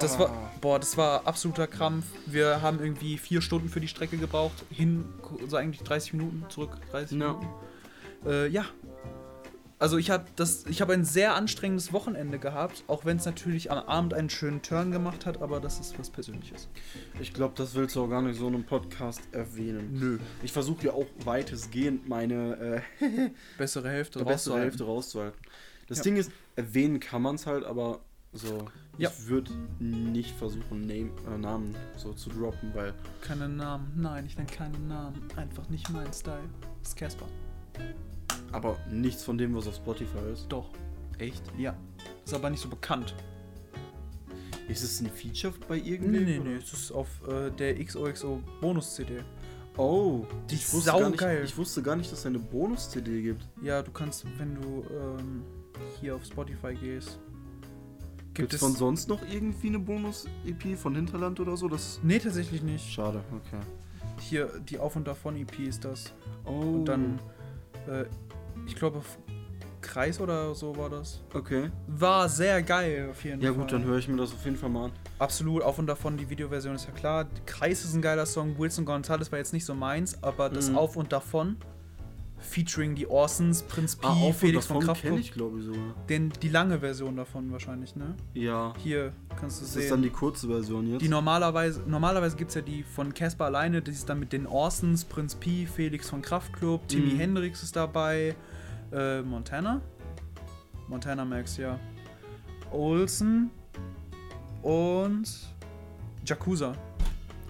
[SPEAKER 1] Das war,
[SPEAKER 2] Ah.
[SPEAKER 1] boah, das war absoluter Krampf. Wir haben irgendwie vier Stunden für die Strecke gebraucht. Hin, also eigentlich 30 Minuten, zurück 30
[SPEAKER 2] Ja.
[SPEAKER 1] Minuten. Äh, ja. Also ich habe das, ich habe ein sehr anstrengendes Wochenende gehabt, auch wenn es natürlich am Abend einen schönen Turn gemacht hat, aber das ist was Persönliches.
[SPEAKER 2] Ich glaube, das willst du auch gar nicht so in einem Podcast erwähnen.
[SPEAKER 1] Nö.
[SPEAKER 2] Ich versuche ja auch weitestgehend meine äh,
[SPEAKER 1] Bessere Hälfte.
[SPEAKER 2] bessere
[SPEAKER 1] rauszuhalten.
[SPEAKER 2] Hälfte rauszuhalten. Das
[SPEAKER 1] halt Ja.
[SPEAKER 2] Ding ist, erwähnen kann man es halt, aber so.
[SPEAKER 1] Ja.
[SPEAKER 2] Ich würde nicht versuchen, Name, äh, Namen so zu droppen, weil.
[SPEAKER 1] Keine Namen. Nein, ich nenne keine Namen. Einfach nicht mein Style. Das ist Casper.
[SPEAKER 2] Aber nichts von dem, was auf Spotify ist.
[SPEAKER 1] Doch.
[SPEAKER 2] Echt?
[SPEAKER 1] Ja. Ist aber nicht so bekannt.
[SPEAKER 2] Ist es ein Feature bei
[SPEAKER 1] Nee,
[SPEAKER 2] irgendwem?
[SPEAKER 1] nee,
[SPEAKER 2] oder?
[SPEAKER 1] nee. Es ist auf äh, der XOXO Bonus-CD.
[SPEAKER 2] Oh,
[SPEAKER 1] Die
[SPEAKER 2] ich
[SPEAKER 1] ist
[SPEAKER 2] wusste, gar nicht,
[SPEAKER 1] saugeil.
[SPEAKER 2] ich wusste gar nicht, dass es eine Bonus-CD gibt.
[SPEAKER 1] Ja, du kannst, wenn du ähm, hier auf Spotify gehst,
[SPEAKER 2] Gibt es von sonst noch irgendwie eine Bonus-EP von Hinterland oder so? Das
[SPEAKER 1] Nee, tatsächlich nicht.
[SPEAKER 2] schade, okay.
[SPEAKER 1] Hier, die Auf und Davon EP ist das.
[SPEAKER 2] Oh,
[SPEAKER 1] Und dann, äh, ich glaube, auf Kreis oder so war das.
[SPEAKER 2] Okay.
[SPEAKER 1] War sehr geil auf jeden
[SPEAKER 2] Ja
[SPEAKER 1] Fall.
[SPEAKER 2] gut, dann höre ich mir das auf jeden Fall mal an.
[SPEAKER 1] Absolut, Auf und Davon, die Videoversion ist ja klar. Kreis ist ein geiler Song, Wilson Gonzalez war jetzt nicht so meins, aber das
[SPEAKER 2] Mhm.
[SPEAKER 1] Auf und Davon, featuring die Orsons, Prinz Pi,
[SPEAKER 2] Ah, Auf und
[SPEAKER 1] Felix von
[SPEAKER 2] davon
[SPEAKER 1] Kraftklub.
[SPEAKER 2] kenne ich, glaube ich, sogar.
[SPEAKER 1] Den, die lange Version davon wahrscheinlich, ne?
[SPEAKER 2] Ja.
[SPEAKER 1] Hier kannst du
[SPEAKER 2] Das
[SPEAKER 1] sehen.
[SPEAKER 2] ist dann die kurze Version jetzt.
[SPEAKER 1] Die normalerweise, normalerweise gibt es ja die von Casper alleine, das ist dann mit den Orsons, Prinz Pi, Felix von Kraftklub, Timmy
[SPEAKER 2] Mhm.
[SPEAKER 1] Hendrix ist dabei, äh, Montana. Montana Max, ja. Olsen und Jakuza.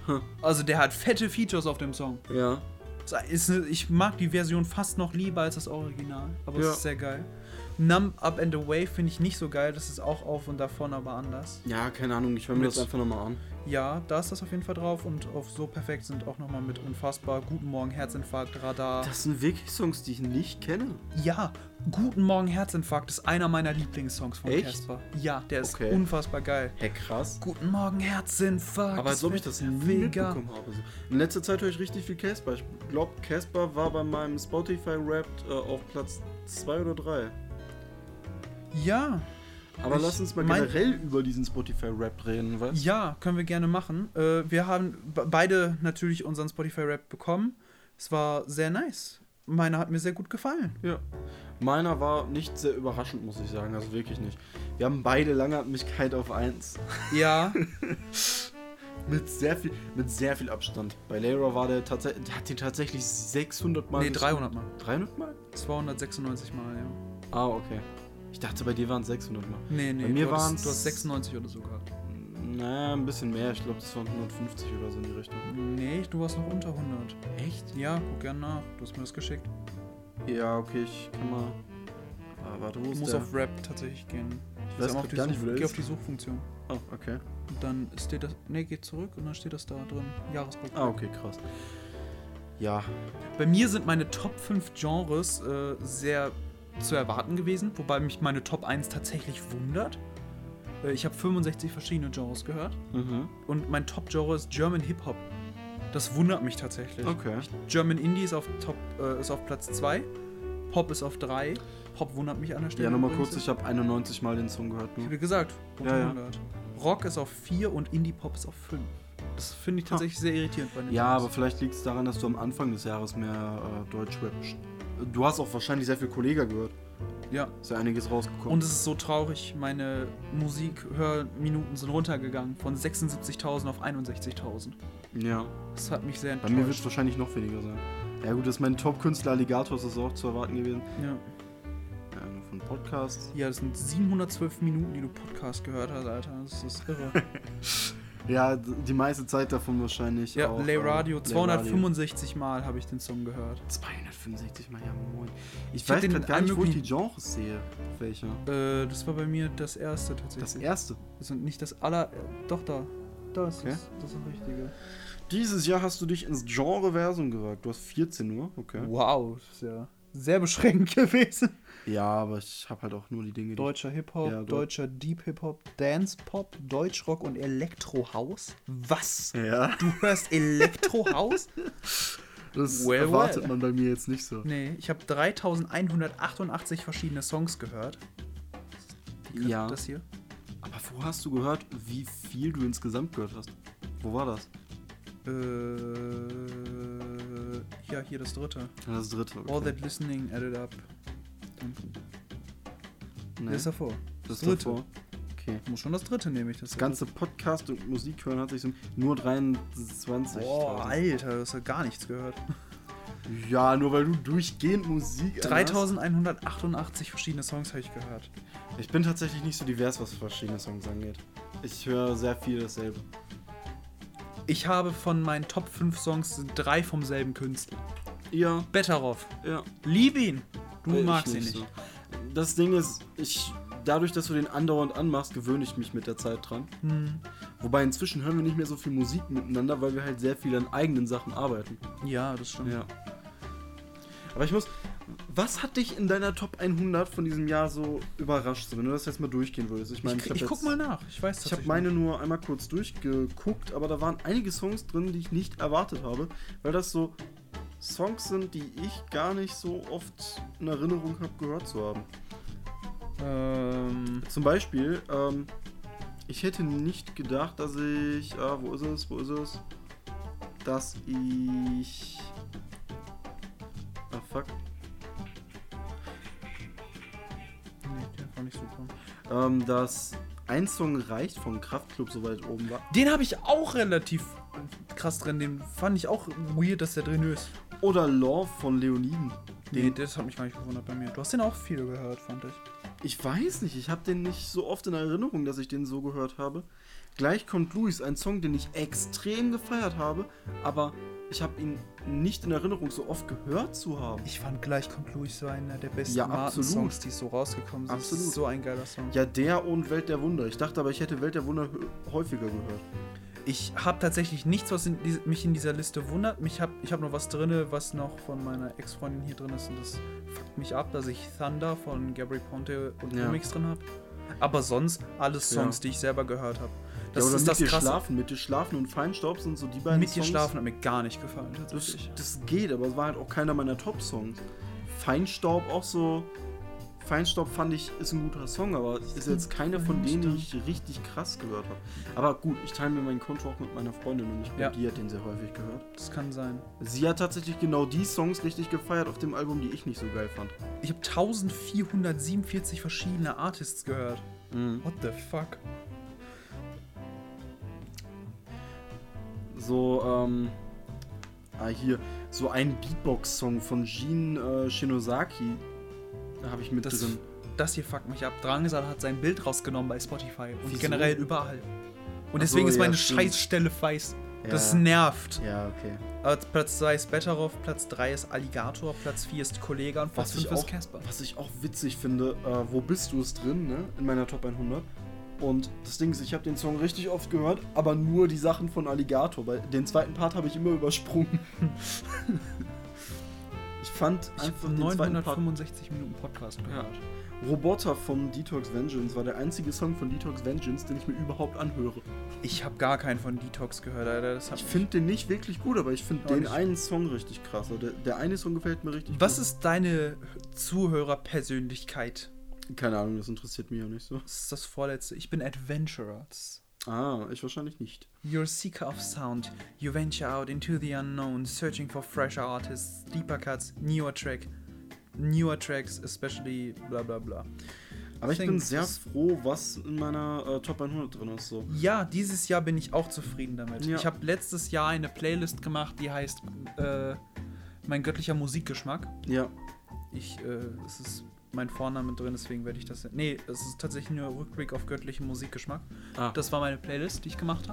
[SPEAKER 2] Hm.
[SPEAKER 1] Also der hat fette Features auf dem Song.
[SPEAKER 2] ja.
[SPEAKER 1] Es Ist ne- ich mag die Version fast noch lieber als das Original, aber
[SPEAKER 2] Ja.
[SPEAKER 1] es ist sehr geil. Numb Up and Away finde ich nicht so geil, das ist auch auf und davon, aber anders.
[SPEAKER 2] Ja, keine Ahnung, ich höre mir
[SPEAKER 1] Mit-
[SPEAKER 2] das einfach nochmal an.
[SPEAKER 1] Ja, da ist das auf jeden Fall drauf und auf so perfekt sind auch nochmal mit unfassbar Guten Morgen Herzinfarkt Radar.
[SPEAKER 2] Das sind wirklich Songs, die ich nicht kenne.
[SPEAKER 1] ja, Guten Morgen Herzinfarkt ist einer meiner Lieblingssongs von
[SPEAKER 2] Echt?
[SPEAKER 1] Casper. Ja, der ist
[SPEAKER 2] Okay.
[SPEAKER 1] unfassbar geil.
[SPEAKER 2] Hä, krass.
[SPEAKER 1] Guten Morgen Herzinfarkt.
[SPEAKER 2] Aber als ob ich das nie
[SPEAKER 1] mega.
[SPEAKER 2] mitbekommen habe. So. In letzter Zeit höre ich richtig viel Casper. Ich glaube, Casper war bei meinem Spotify-Wrapped äh, auf Platz 2 oder 3.
[SPEAKER 1] Ja,
[SPEAKER 2] Aber
[SPEAKER 1] Ich
[SPEAKER 2] lass uns mal
[SPEAKER 1] mein-
[SPEAKER 2] generell über diesen Spotify-Rap reden, weißt
[SPEAKER 1] ja, können wir gerne machen. Äh, wir haben be- beide natürlich unseren Spotify Rap bekommen. Es war sehr nice. Meiner hat mir sehr gut gefallen.
[SPEAKER 2] Ja. Meiner war nicht sehr überraschend, muss ich sagen. Also wirklich nicht. Wir haben beide Langatmigkeit auf 1.
[SPEAKER 1] <laughs> Ja,
[SPEAKER 2] Mit sehr viel, mit sehr viel Abstand. Bei Leira war der tatsächlich, der hat den tatsächlich 600 Mal.
[SPEAKER 1] nee,
[SPEAKER 2] gestreamt.
[SPEAKER 1] 300 Mal.
[SPEAKER 2] 300 Mal?
[SPEAKER 1] 296 Mal, ja.
[SPEAKER 2] Ah, okay. Ich dachte, bei dir waren es 600 Mal.
[SPEAKER 1] Nee, nee,
[SPEAKER 2] Bei mir
[SPEAKER 1] du, hattest,
[SPEAKER 2] waren's-
[SPEAKER 1] du hast 96 oder so gehabt.
[SPEAKER 2] Na, ein bisschen mehr. Ich glaube, das waren 150 oder so in die Richtung.
[SPEAKER 1] Nee, du warst noch unter 100.
[SPEAKER 2] Echt?
[SPEAKER 1] Ja, guck gerne nach. Du hast mir das geschickt.
[SPEAKER 2] Ja, okay, ich kann mal. Ah, warte, wo
[SPEAKER 1] Du
[SPEAKER 2] ist
[SPEAKER 1] musst
[SPEAKER 2] der?
[SPEAKER 1] auf Rap tatsächlich gehen. Ich
[SPEAKER 2] weiß
[SPEAKER 1] sag mal
[SPEAKER 2] grad gar
[SPEAKER 1] Such-
[SPEAKER 2] nicht, wo der
[SPEAKER 1] geh
[SPEAKER 2] ist.
[SPEAKER 1] auf die Suchfunktion.
[SPEAKER 2] Oh, okay.
[SPEAKER 1] Und dann steht das. Ne, geht zurück und dann steht das da drin. Jahresrückblick.
[SPEAKER 2] Ah, okay, krass. Ja.
[SPEAKER 1] Bei mir sind meine Top 5 Genres äh, sehr zu erwarten gewesen, wobei mich meine Top 1 tatsächlich wundert. Äh, ich habe 65 verschiedene Genres gehört
[SPEAKER 2] Mhm.
[SPEAKER 1] und mein Top-Genre ist German Hip-Hop. Das wundert mich tatsächlich.
[SPEAKER 2] Okay.
[SPEAKER 1] German Indie ist auf, Top, äh, ist auf Platz 2, Pop ist auf 3. Pop wundert mich an der Stelle.
[SPEAKER 2] Ja, nochmal
[SPEAKER 1] übrigens.
[SPEAKER 2] kurz, ich habe 91 Mal den Song gehört. ne?
[SPEAKER 1] Ich
[SPEAKER 2] Nur.
[SPEAKER 1] habe gesagt, unter
[SPEAKER 2] Ja, ja.
[SPEAKER 1] 100. Rock ist auf 4 und Indie-Pop ist auf 5. Das finde ich tatsächlich sehr irritierend bei den
[SPEAKER 2] Ja,
[SPEAKER 1] Genres.
[SPEAKER 2] aber vielleicht liegt es daran, dass du am Anfang des Jahres mehr äh, Deutschrap. sch- Du hast auch wahrscheinlich sehr viel Kollega gehört.
[SPEAKER 1] Ja.
[SPEAKER 2] Ist ja einiges rausgekommen.
[SPEAKER 1] Und es ist so traurig, meine Musikhörminuten sind runtergegangen von 76.000 auf 61.000.
[SPEAKER 2] ja.
[SPEAKER 1] Das hat mich sehr
[SPEAKER 2] Bei mir wird
[SPEAKER 1] enttäuscht.
[SPEAKER 2] es wahrscheinlich noch weniger sein. Ja gut, dass mein Top-Künstler Alligator ist, das auch zu erwarten gewesen.
[SPEAKER 1] Ja.
[SPEAKER 2] Ja, nur von Podcasts.
[SPEAKER 1] ja, das sind 712 Minuten, die du Podcast gehört hast, Alter. Das
[SPEAKER 2] <laughs>
[SPEAKER 1] ist irre.
[SPEAKER 2] Ja, d- die meiste Zeit davon wahrscheinlich.
[SPEAKER 1] ja,
[SPEAKER 2] auch,
[SPEAKER 1] Lay
[SPEAKER 2] äh,
[SPEAKER 1] Radio,
[SPEAKER 2] Lay
[SPEAKER 1] 265 Mal habe ich den Song gehört.
[SPEAKER 2] 265 Mal, ja moin. Ich,
[SPEAKER 1] Ich hab
[SPEAKER 2] weiß
[SPEAKER 1] den
[SPEAKER 2] grad gar nicht, wo ich
[SPEAKER 1] möglichen-
[SPEAKER 2] die Genres sehe. Auf welche?
[SPEAKER 1] Äh, das war bei mir das erste
[SPEAKER 2] Das e-
[SPEAKER 1] tatsächlich.
[SPEAKER 2] erste.
[SPEAKER 1] Das sind nicht das aller. Äh, doch, da. Da ist
[SPEAKER 2] Okay.
[SPEAKER 1] das, das ist das Richtige.
[SPEAKER 2] Dieses Jahr hast du dich ins Genre-Versum gewagt. Du hast 14 Uhr, okay.
[SPEAKER 1] Wow, das ist ja sehr beschränkt <laughs> gewesen.
[SPEAKER 2] Ja, aber ich habe halt auch nur die Dinge, die
[SPEAKER 1] Deutscher Hip-Hop,
[SPEAKER 2] Ja, Deu-
[SPEAKER 1] deutscher Deep Hip-Hop, Dance-Pop, Deutschrock und Elektro-House. Was?
[SPEAKER 2] Ja,
[SPEAKER 1] Du hörst Elektro-House?
[SPEAKER 2] das
[SPEAKER 1] Well,
[SPEAKER 2] erwartet
[SPEAKER 1] well.
[SPEAKER 2] man bei mir jetzt nicht so.
[SPEAKER 1] <laughs> nee, ich habe 3188 verschiedene Songs gehört. Wie
[SPEAKER 2] Ja.
[SPEAKER 1] Das hier.
[SPEAKER 2] Aber wo hast du gehört, wie viel du insgesamt gehört hast? Wo war das?
[SPEAKER 1] Äh, ja, hier das dritte.
[SPEAKER 2] Ja, Das dritte. ne? Okay.
[SPEAKER 1] All that listening added up. Nee.
[SPEAKER 2] nee,
[SPEAKER 1] Das ist davor.
[SPEAKER 2] das
[SPEAKER 1] dritte.
[SPEAKER 2] davor. Okay.
[SPEAKER 1] Muss schon das dritte nehme ich. Das,
[SPEAKER 2] Das ganze Podcast und Musik hören hat sich so nur 23.
[SPEAKER 1] Boah, Alter, du hast ja gar nichts gehört.
[SPEAKER 2] Ja, nur weil du durchgehend Musik anhast.
[SPEAKER 1] 3188 verschiedene Songs habe ich gehört.
[SPEAKER 2] Ich bin tatsächlich nicht so divers, was verschiedene Songs angeht. Ich höre sehr viel dasselbe.
[SPEAKER 1] Ich habe von meinen Top 5 Songs sind drei vom selben Künstler.
[SPEAKER 2] Ja,
[SPEAKER 1] Betteroff.
[SPEAKER 2] ja.
[SPEAKER 1] Lieb ihn. Du
[SPEAKER 2] Äh, ich
[SPEAKER 1] magst ihn nicht.
[SPEAKER 2] so. Das Ding ist, ich dadurch, dass du den andauernd anmachst, gewöhne ich mich mit der Zeit dran.
[SPEAKER 1] Hm.
[SPEAKER 2] Wobei inzwischen hören wir nicht mehr so viel Musik miteinander, weil wir halt sehr viel an eigenen Sachen arbeiten.
[SPEAKER 1] Ja, das stimmt.
[SPEAKER 2] Aber ich muss. Was hat dich in deiner Top 100 von diesem Jahr so überrascht, so, wenn du das jetzt mal durchgehen würdest? Ich meine, ich,
[SPEAKER 1] ich ich,
[SPEAKER 2] hab jetzt-
[SPEAKER 1] guck mal nach. Ich weiß
[SPEAKER 2] Ich habe
[SPEAKER 1] tatsächlich
[SPEAKER 2] meine nur einmal kurz durchgeguckt, aber da waren einige Songs drin, die ich nicht erwartet habe, weil das so Songs sind, die ich gar nicht so oft in Erinnerung habe, gehört zu haben.
[SPEAKER 1] nicht. Ähm,
[SPEAKER 2] Zum Beispiel, ähm, ich hätte nicht gedacht, dass ich. Ah, wo ist es? Wo ist es? Dass ich. Ah, fuck.
[SPEAKER 1] nee, der war nicht super.
[SPEAKER 2] Ähm, dass ein Song reicht vom Kraftclub so weit oben war.
[SPEAKER 1] Den habe ich auch relativ krass drin. Den fand ich auch weird, dass der drin ist.
[SPEAKER 2] Oder Love von Leoniden. Den,
[SPEAKER 1] Nee, das hat mich gar nicht gewundert bei mir. Du hast den auch viel gehört, fand ich.
[SPEAKER 2] Ich weiß nicht, ich habe den nicht so oft in Erinnerung, dass ich den so gehört habe. Gleich kommt Luis, ein Song, den ich extrem gefeiert habe, aber ich habe ihn nicht in Erinnerung so oft gehört zu haben.
[SPEAKER 1] Ich fand gleich kommt Louis so einer der besten
[SPEAKER 2] Ja, absolut.
[SPEAKER 1] Martin-Songs, die so rausgekommen sind. Das ist
[SPEAKER 2] Absolut.
[SPEAKER 1] So ein geiler Song.
[SPEAKER 2] Ja, der und Welt der Wunder. Ich dachte aber, ich hätte Welt der Wunder hö- häufiger gehört.
[SPEAKER 1] Ich habe tatsächlich nichts, was in diese, mich in dieser Liste wundert. Mich hab, ich habe noch was drin, was noch von meiner Ex-Freundin hier drin ist. Und das fuckt mich ab, dass ich Thunder von Gabri Ponte und
[SPEAKER 2] Ja.
[SPEAKER 1] Remix drin habe. Aber sonst alles Songs,
[SPEAKER 2] Ja.
[SPEAKER 1] die ich selber gehört habe.
[SPEAKER 2] Ja,
[SPEAKER 1] Das
[SPEAKER 2] oder
[SPEAKER 1] ist
[SPEAKER 2] mit
[SPEAKER 1] das
[SPEAKER 2] dir
[SPEAKER 1] Krasse.
[SPEAKER 2] schlafen, mit dir schlafen und Feinstaub sind so die beiden
[SPEAKER 1] Mit dir
[SPEAKER 2] Songs.
[SPEAKER 1] schlafen hat mir gar nicht gefallen,
[SPEAKER 2] Das,
[SPEAKER 1] tatsächlich.
[SPEAKER 2] das geht, aber es war halt auch keiner meiner Top-Songs. Feinstaub auch so. Feinstaub fand ich, ist ein guter Song, aber ist jetzt keiner von denen, die ich richtig krass gehört habe. Aber gut, ich teile mir mein Konto auch mit meiner Freundin und ich glaube,
[SPEAKER 1] Ja.
[SPEAKER 2] die hat den sehr häufig gehört.
[SPEAKER 1] Das kann sein.
[SPEAKER 2] Sie hat tatsächlich genau die Songs richtig gefeiert auf dem Album, die ich nicht so geil fand.
[SPEAKER 1] Ich habe 1447 verschiedene Artists gehört. What the fuck?
[SPEAKER 2] So, ähm. Ah, hier. So ein Beatbox-Song von Jean äh, Shinozaki habe ich mit
[SPEAKER 1] Das,
[SPEAKER 2] drin.
[SPEAKER 1] das hier fuckt mich ab. Drangsal hat sein Bild rausgenommen bei Spotify und
[SPEAKER 2] Wieso?
[SPEAKER 1] generell überall. Und
[SPEAKER 2] Ach so,
[SPEAKER 1] deswegen ist
[SPEAKER 2] ja,
[SPEAKER 1] meine
[SPEAKER 2] stimmt.
[SPEAKER 1] Scheißstelle feist. Das nervt.
[SPEAKER 2] Ja, okay.
[SPEAKER 1] Als Platz 2 ist Betteroff, Platz 3 ist Alligator, Platz 4 ist Kollega und Platz
[SPEAKER 2] Was ich,
[SPEAKER 1] 5 ist
[SPEAKER 2] auch,
[SPEAKER 1] Casper.
[SPEAKER 2] was ich auch witzig finde, äh, wo bist du es drin, ne? In meiner Top 100. Und das Ding ist, ich habe den Song richtig oft gehört, aber nur die Sachen von Alligator, weil den zweiten Part habe ich immer
[SPEAKER 1] <laughs>
[SPEAKER 2] übersprungen. ich fand
[SPEAKER 1] Ich
[SPEAKER 2] einfach
[SPEAKER 1] habe
[SPEAKER 2] den zweiten Part
[SPEAKER 1] 965 Minuten Podcast gehört.
[SPEAKER 2] Roboter von Detox Vengeance war der einzige Song von Detox Vengeance, den ich mir überhaupt anhöre.
[SPEAKER 1] Ich habe gar keinen von Detox gehört, Alter. Das hat
[SPEAKER 2] Ich
[SPEAKER 1] mich-
[SPEAKER 2] finde den nicht wirklich gut, aber ich finde
[SPEAKER 1] Auch
[SPEAKER 2] den
[SPEAKER 1] nicht.
[SPEAKER 2] einen Song richtig krass. Also Der, der eine Song gefällt mir richtig
[SPEAKER 1] Was
[SPEAKER 2] gut.
[SPEAKER 1] ist deine Zuhörerpersönlichkeit?
[SPEAKER 2] Keine Ahnung, das interessiert mich ja nicht so.
[SPEAKER 1] Das ist das vorletzte. Ich bin Adventurer. Das
[SPEAKER 2] Ah, ich wahrscheinlich nicht.
[SPEAKER 1] You're a seeker of sound. You venture out into the unknown, searching for fresher artists, deeper cuts, newer track, newer tracks, especially bla bla bla.
[SPEAKER 2] Aber ich
[SPEAKER 1] Think
[SPEAKER 2] bin sehr
[SPEAKER 1] das-
[SPEAKER 2] froh, was in meiner äh, Top 100 drin ist. So.
[SPEAKER 1] Ja, dieses Jahr bin ich auch zufrieden damit.
[SPEAKER 2] Ja.
[SPEAKER 1] Ich habe letztes Jahr eine Playlist gemacht, die heißt äh, Mein göttlicher Musikgeschmack.
[SPEAKER 2] Ja,
[SPEAKER 1] Ich, äh, es ist mein Vorname drin, deswegen werde ich das. Nee, es ist tatsächlich nur Rückblick auf göttlichen Musikgeschmack.
[SPEAKER 2] Ah.
[SPEAKER 1] Das war meine Playlist, die ich gemacht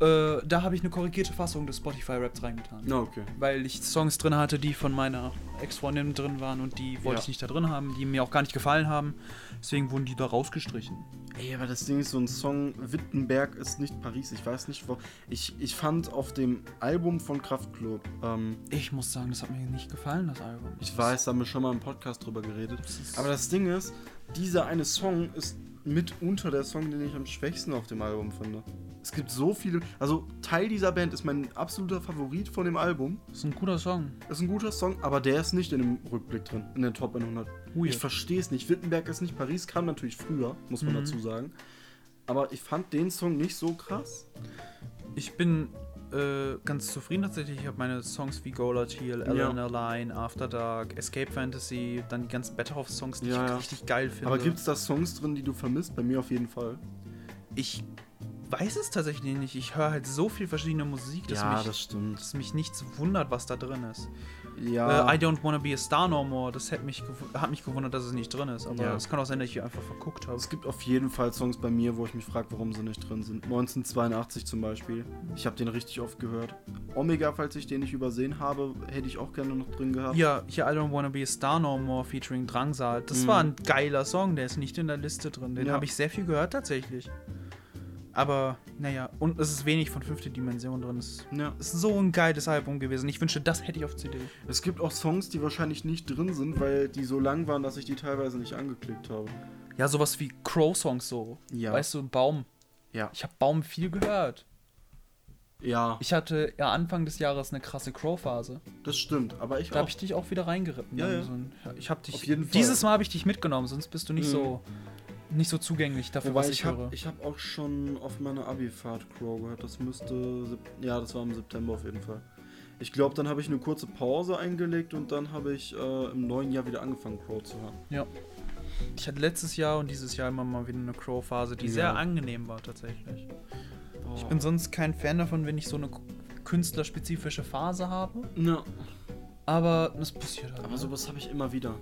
[SPEAKER 1] habe. Äh, da habe ich eine korrigierte Fassung des Spotify-Raps reingetan.
[SPEAKER 2] na okay.
[SPEAKER 1] weil ich Songs drin hatte, die von meiner Ex-Freundin drin waren und die wollte
[SPEAKER 2] Ja.
[SPEAKER 1] ich nicht da drin haben, die mir auch gar nicht gefallen haben. Deswegen wurden die da rausgestrichen.
[SPEAKER 2] Ey, aber das Ding ist so ein Song, Wittenberg ist nicht Paris. Ich weiß nicht, wo. Ich, ich fand auf dem Album von Kraftklub, ähm,
[SPEAKER 1] Ich muss sagen, das hat mir nicht gefallen, das Album.
[SPEAKER 2] ich weiß, da haben wir schon mal im Podcast drüber geredet.
[SPEAKER 1] Das ist-
[SPEAKER 2] Aber das Ding ist, dieser eine Song ist mitunter der Song, den ich am schwächsten auf dem Album finde. Es gibt so viele. Also, Teil dieser Band ist mein absoluter Favorit von dem Album.
[SPEAKER 1] das ist ein guter Song.
[SPEAKER 2] Ist ein guter Song, aber der ist nicht in dem Rückblick drin, in der Top 100.
[SPEAKER 1] Weird.
[SPEAKER 2] Ich verstehe es nicht. Wittenberg ist nicht Paris, kam natürlich früher, muss man
[SPEAKER 1] Mhm.
[SPEAKER 2] dazu sagen. Aber ich fand den Song nicht so krass.
[SPEAKER 1] Ich bin äh, ganz zufrieden tatsächlich. Ich habe meine Songs wie Gola Teal, Eleanor Line, After Dark, Escape Fantasy, dann die ganzen Better Off Songs, die
[SPEAKER 2] Ja,
[SPEAKER 1] ich
[SPEAKER 2] ja.
[SPEAKER 1] richtig geil finde.
[SPEAKER 2] Aber gibt es da Songs drin, die du vermisst? Bei mir auf jeden Fall.
[SPEAKER 1] Ich weiß es tatsächlich nicht. Ich höre halt so viel verschiedene Musik, dass, mich,
[SPEAKER 2] stimmt.
[SPEAKER 1] dass mich nichts wundert, was da drin ist.
[SPEAKER 2] Ja.
[SPEAKER 1] Äh, I don't wanna be a star no more. Das hat mich, gewu- hat mich gewundert, dass es nicht drin ist. Aber
[SPEAKER 2] Ja.
[SPEAKER 1] es kann auch sein, dass ich hier einfach verguckt habe.
[SPEAKER 2] Es gibt auf jeden Fall Songs bei mir, wo ich mich frage, warum sie nicht drin sind. 1982 zum Beispiel. Ich habe den richtig oft gehört. Omega, falls ich den nicht übersehen habe, hätte ich auch gerne noch drin gehabt.
[SPEAKER 1] Ja, hier I don't wanna be a star no more featuring Drangsal. Das
[SPEAKER 2] Mhm.
[SPEAKER 1] war ein geiler Song. Der ist nicht in der Liste drin. Den
[SPEAKER 2] Ja.
[SPEAKER 1] habe ich sehr viel gehört tatsächlich. Aber naja, und es ist wenig von fünfte Dimension drin. Es
[SPEAKER 2] Ja.
[SPEAKER 1] ist so ein geiles Album gewesen. Ich wünschte, das hätte ich auf CD.
[SPEAKER 2] Es gibt auch Songs, die wahrscheinlich nicht drin sind, weil die so lang waren, dass ich die teilweise nicht angeklickt habe.
[SPEAKER 1] Ja, sowas wie Crow-Songs so.
[SPEAKER 2] Ja.
[SPEAKER 1] Weißt du, Baum.
[SPEAKER 2] Ja.
[SPEAKER 1] Ich habe Baum viel gehört.
[SPEAKER 2] Ja,
[SPEAKER 1] Ich hatte ja Anfang des Jahres eine krasse Crow-Phase.
[SPEAKER 2] das stimmt. Aber ich
[SPEAKER 1] Da
[SPEAKER 2] auch.
[SPEAKER 1] habe ich dich auch wieder reingeritten.
[SPEAKER 2] Ja,
[SPEAKER 1] Dann
[SPEAKER 2] ja.
[SPEAKER 1] So ein, ja, ich hab dich,
[SPEAKER 2] Auf jeden Fall.
[SPEAKER 1] Dieses Mal habe ich dich mitgenommen, sonst bist du nicht
[SPEAKER 2] Mhm.
[SPEAKER 1] so nicht so zugänglich dafür,
[SPEAKER 2] Wobei
[SPEAKER 1] was
[SPEAKER 2] ich
[SPEAKER 1] ich höre.
[SPEAKER 2] habe ich hab auch schon auf meiner Abi-Fahrt Crow gehört. Das müsste. Sep- Ja, das war im September auf jeden Fall. Ich glaube, dann habe ich eine kurze Pause eingelegt und dann habe ich äh, im neuen Jahr wieder angefangen, Crow zu hören.
[SPEAKER 1] ja. Ich hatte letztes Jahr und dieses Jahr immer mal wieder eine Crow-Phase, die
[SPEAKER 2] Ja.
[SPEAKER 1] sehr angenehm war tatsächlich. Ich
[SPEAKER 2] Oh.
[SPEAKER 1] bin sonst kein Fan davon, wenn ich so eine k- künstlerspezifische Phase habe.
[SPEAKER 2] Ja,
[SPEAKER 1] Aber das passiert halt.
[SPEAKER 2] ne, aber
[SPEAKER 1] ne?
[SPEAKER 2] sowas habe ich immer wieder.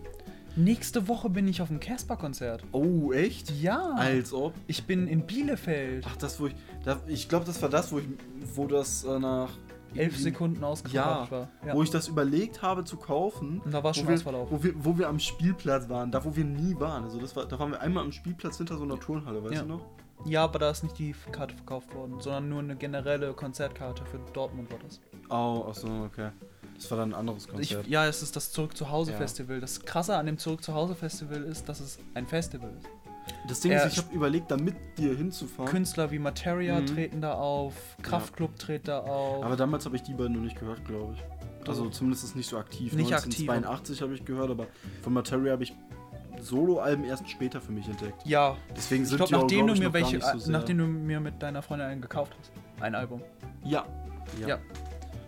[SPEAKER 1] Nächste Woche bin ich auf dem Casper-Konzert.
[SPEAKER 2] Oh, echt?
[SPEAKER 1] Ja.
[SPEAKER 2] Als ob.
[SPEAKER 1] Ich bin in Bielefeld.
[SPEAKER 2] Ach, das, wo ich. Da, ich glaube, das war das, wo ich. Wo das äh, nach.
[SPEAKER 1] Elf Sekunden
[SPEAKER 2] Ja,
[SPEAKER 1] ausgebraucht war. Ja.
[SPEAKER 2] Wo ich das überlegt habe zu kaufen.
[SPEAKER 1] Und da war
[SPEAKER 2] wo
[SPEAKER 1] schon
[SPEAKER 2] wir,
[SPEAKER 1] ausverlaufen.
[SPEAKER 2] wo, wir, wo wir am Spielplatz waren, da wo wir nie waren. Also das war, da waren wir einmal am Spielplatz hinter so einer Turnhalle, weißt
[SPEAKER 1] Ja.
[SPEAKER 2] du noch?
[SPEAKER 1] Ja, aber da ist nicht die Karte verkauft worden, sondern nur eine generelle Konzertkarte für Dortmund war das.
[SPEAKER 2] Oh, achso, okay. Das war dann ein anderes
[SPEAKER 1] Ich,
[SPEAKER 2] Konzert.
[SPEAKER 1] ja, es ist das Zurück zu Hause
[SPEAKER 2] Ja.
[SPEAKER 1] Festival. Das Krasse an dem Zurück zu Hause Festival ist, dass es ein Festival ist.
[SPEAKER 2] das Ding
[SPEAKER 1] äh,
[SPEAKER 2] ist, ich habe überlegt, da mit dir hinzufahren.
[SPEAKER 1] Künstler wie Materia
[SPEAKER 2] Mhm.
[SPEAKER 1] treten da auf, Kraftklub tritt da auf.
[SPEAKER 2] aber damals habe ich die beiden noch nicht gehört, glaube ich. Also
[SPEAKER 1] Doch.
[SPEAKER 2] zumindest ist nicht so aktiv.
[SPEAKER 1] Nicht aktiv.
[SPEAKER 2] 1982 habe ich gehört, aber von Materia habe ich Solo-Alben erst später für mich entdeckt.
[SPEAKER 1] ja,
[SPEAKER 2] Deswegen
[SPEAKER 1] ich
[SPEAKER 2] sind
[SPEAKER 1] glaube,
[SPEAKER 2] die auch,
[SPEAKER 1] nachdem
[SPEAKER 2] glaub
[SPEAKER 1] du
[SPEAKER 2] ich,
[SPEAKER 1] mir
[SPEAKER 2] noch gar
[SPEAKER 1] welche,
[SPEAKER 2] nicht so sehr-
[SPEAKER 1] nachdem du mir mit deiner Freundin einen gekauft hast, ein Album.
[SPEAKER 2] ja. ja.
[SPEAKER 1] Ja.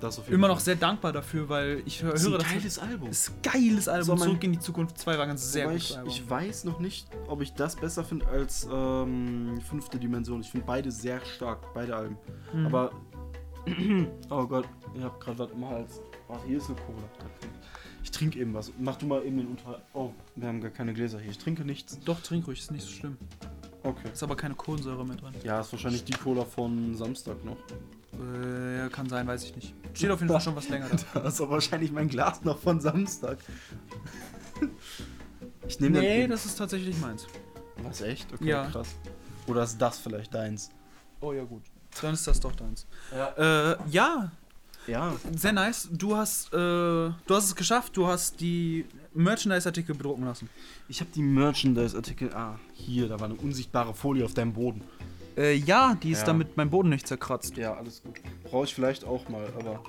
[SPEAKER 2] Das auf jeden
[SPEAKER 1] Immer
[SPEAKER 2] Fall.
[SPEAKER 1] noch sehr dankbar dafür, weil ich höre,
[SPEAKER 2] Das ist ein
[SPEAKER 1] höre das.
[SPEAKER 2] geiles Album.
[SPEAKER 1] ist ein geiles Album.
[SPEAKER 2] So mein-
[SPEAKER 1] Zurück in die Zukunft 2 war ein sehr
[SPEAKER 2] Wobei
[SPEAKER 1] gutes
[SPEAKER 2] ich,
[SPEAKER 1] Album.
[SPEAKER 2] ich weiß noch nicht, ob ich das besser finde als ähm, fünfte Dimension. Ich finde beide sehr stark, beide Alben.
[SPEAKER 1] Mhm.
[SPEAKER 2] Aber <clears throat> oh Gott, ich habe gerade was im Hals. Oh, hier ist eine Cola. Ich trinke eben was. Mach du mal eben den Unter. Oh, wir haben gar keine Gläser hier. Ich trinke nichts.
[SPEAKER 1] Doch, trink ruhig, ist nicht so schlimm.
[SPEAKER 2] Okay.
[SPEAKER 1] Ist aber keine Kohlensäure mehr drin.
[SPEAKER 2] Ja, ist wahrscheinlich die Cola von Samstag noch. <laughs>
[SPEAKER 1] Äh, kann sein, weiß ich nicht. Steht auf jeden Fall schon was länger <laughs> da.
[SPEAKER 2] Da ist aber wahrscheinlich mein Glas noch von Samstag. Ich nehme
[SPEAKER 1] Nee, das ist tatsächlich meins.
[SPEAKER 2] das. Was echt? Okay,
[SPEAKER 1] Ja.
[SPEAKER 2] krass. Oder ist das vielleicht deins?
[SPEAKER 1] Oh ja, gut. Dann ist das doch deins.
[SPEAKER 2] Ja.
[SPEAKER 1] Äh, ja,
[SPEAKER 2] Ja.
[SPEAKER 1] sehr nice. Du hast, äh, du hast es geschafft. Du hast die Merchandise-Artikel bedrucken lassen.
[SPEAKER 2] Ich habe die Merchandise-Artikel. Ah, hier, da war eine unsichtbare Folie auf deinem Boden.
[SPEAKER 1] Äh, ja, die ist
[SPEAKER 2] Ja.
[SPEAKER 1] damit mein Boden nicht zerkratzt.
[SPEAKER 2] Ja, alles gut. Brauche ich vielleicht auch mal, aber.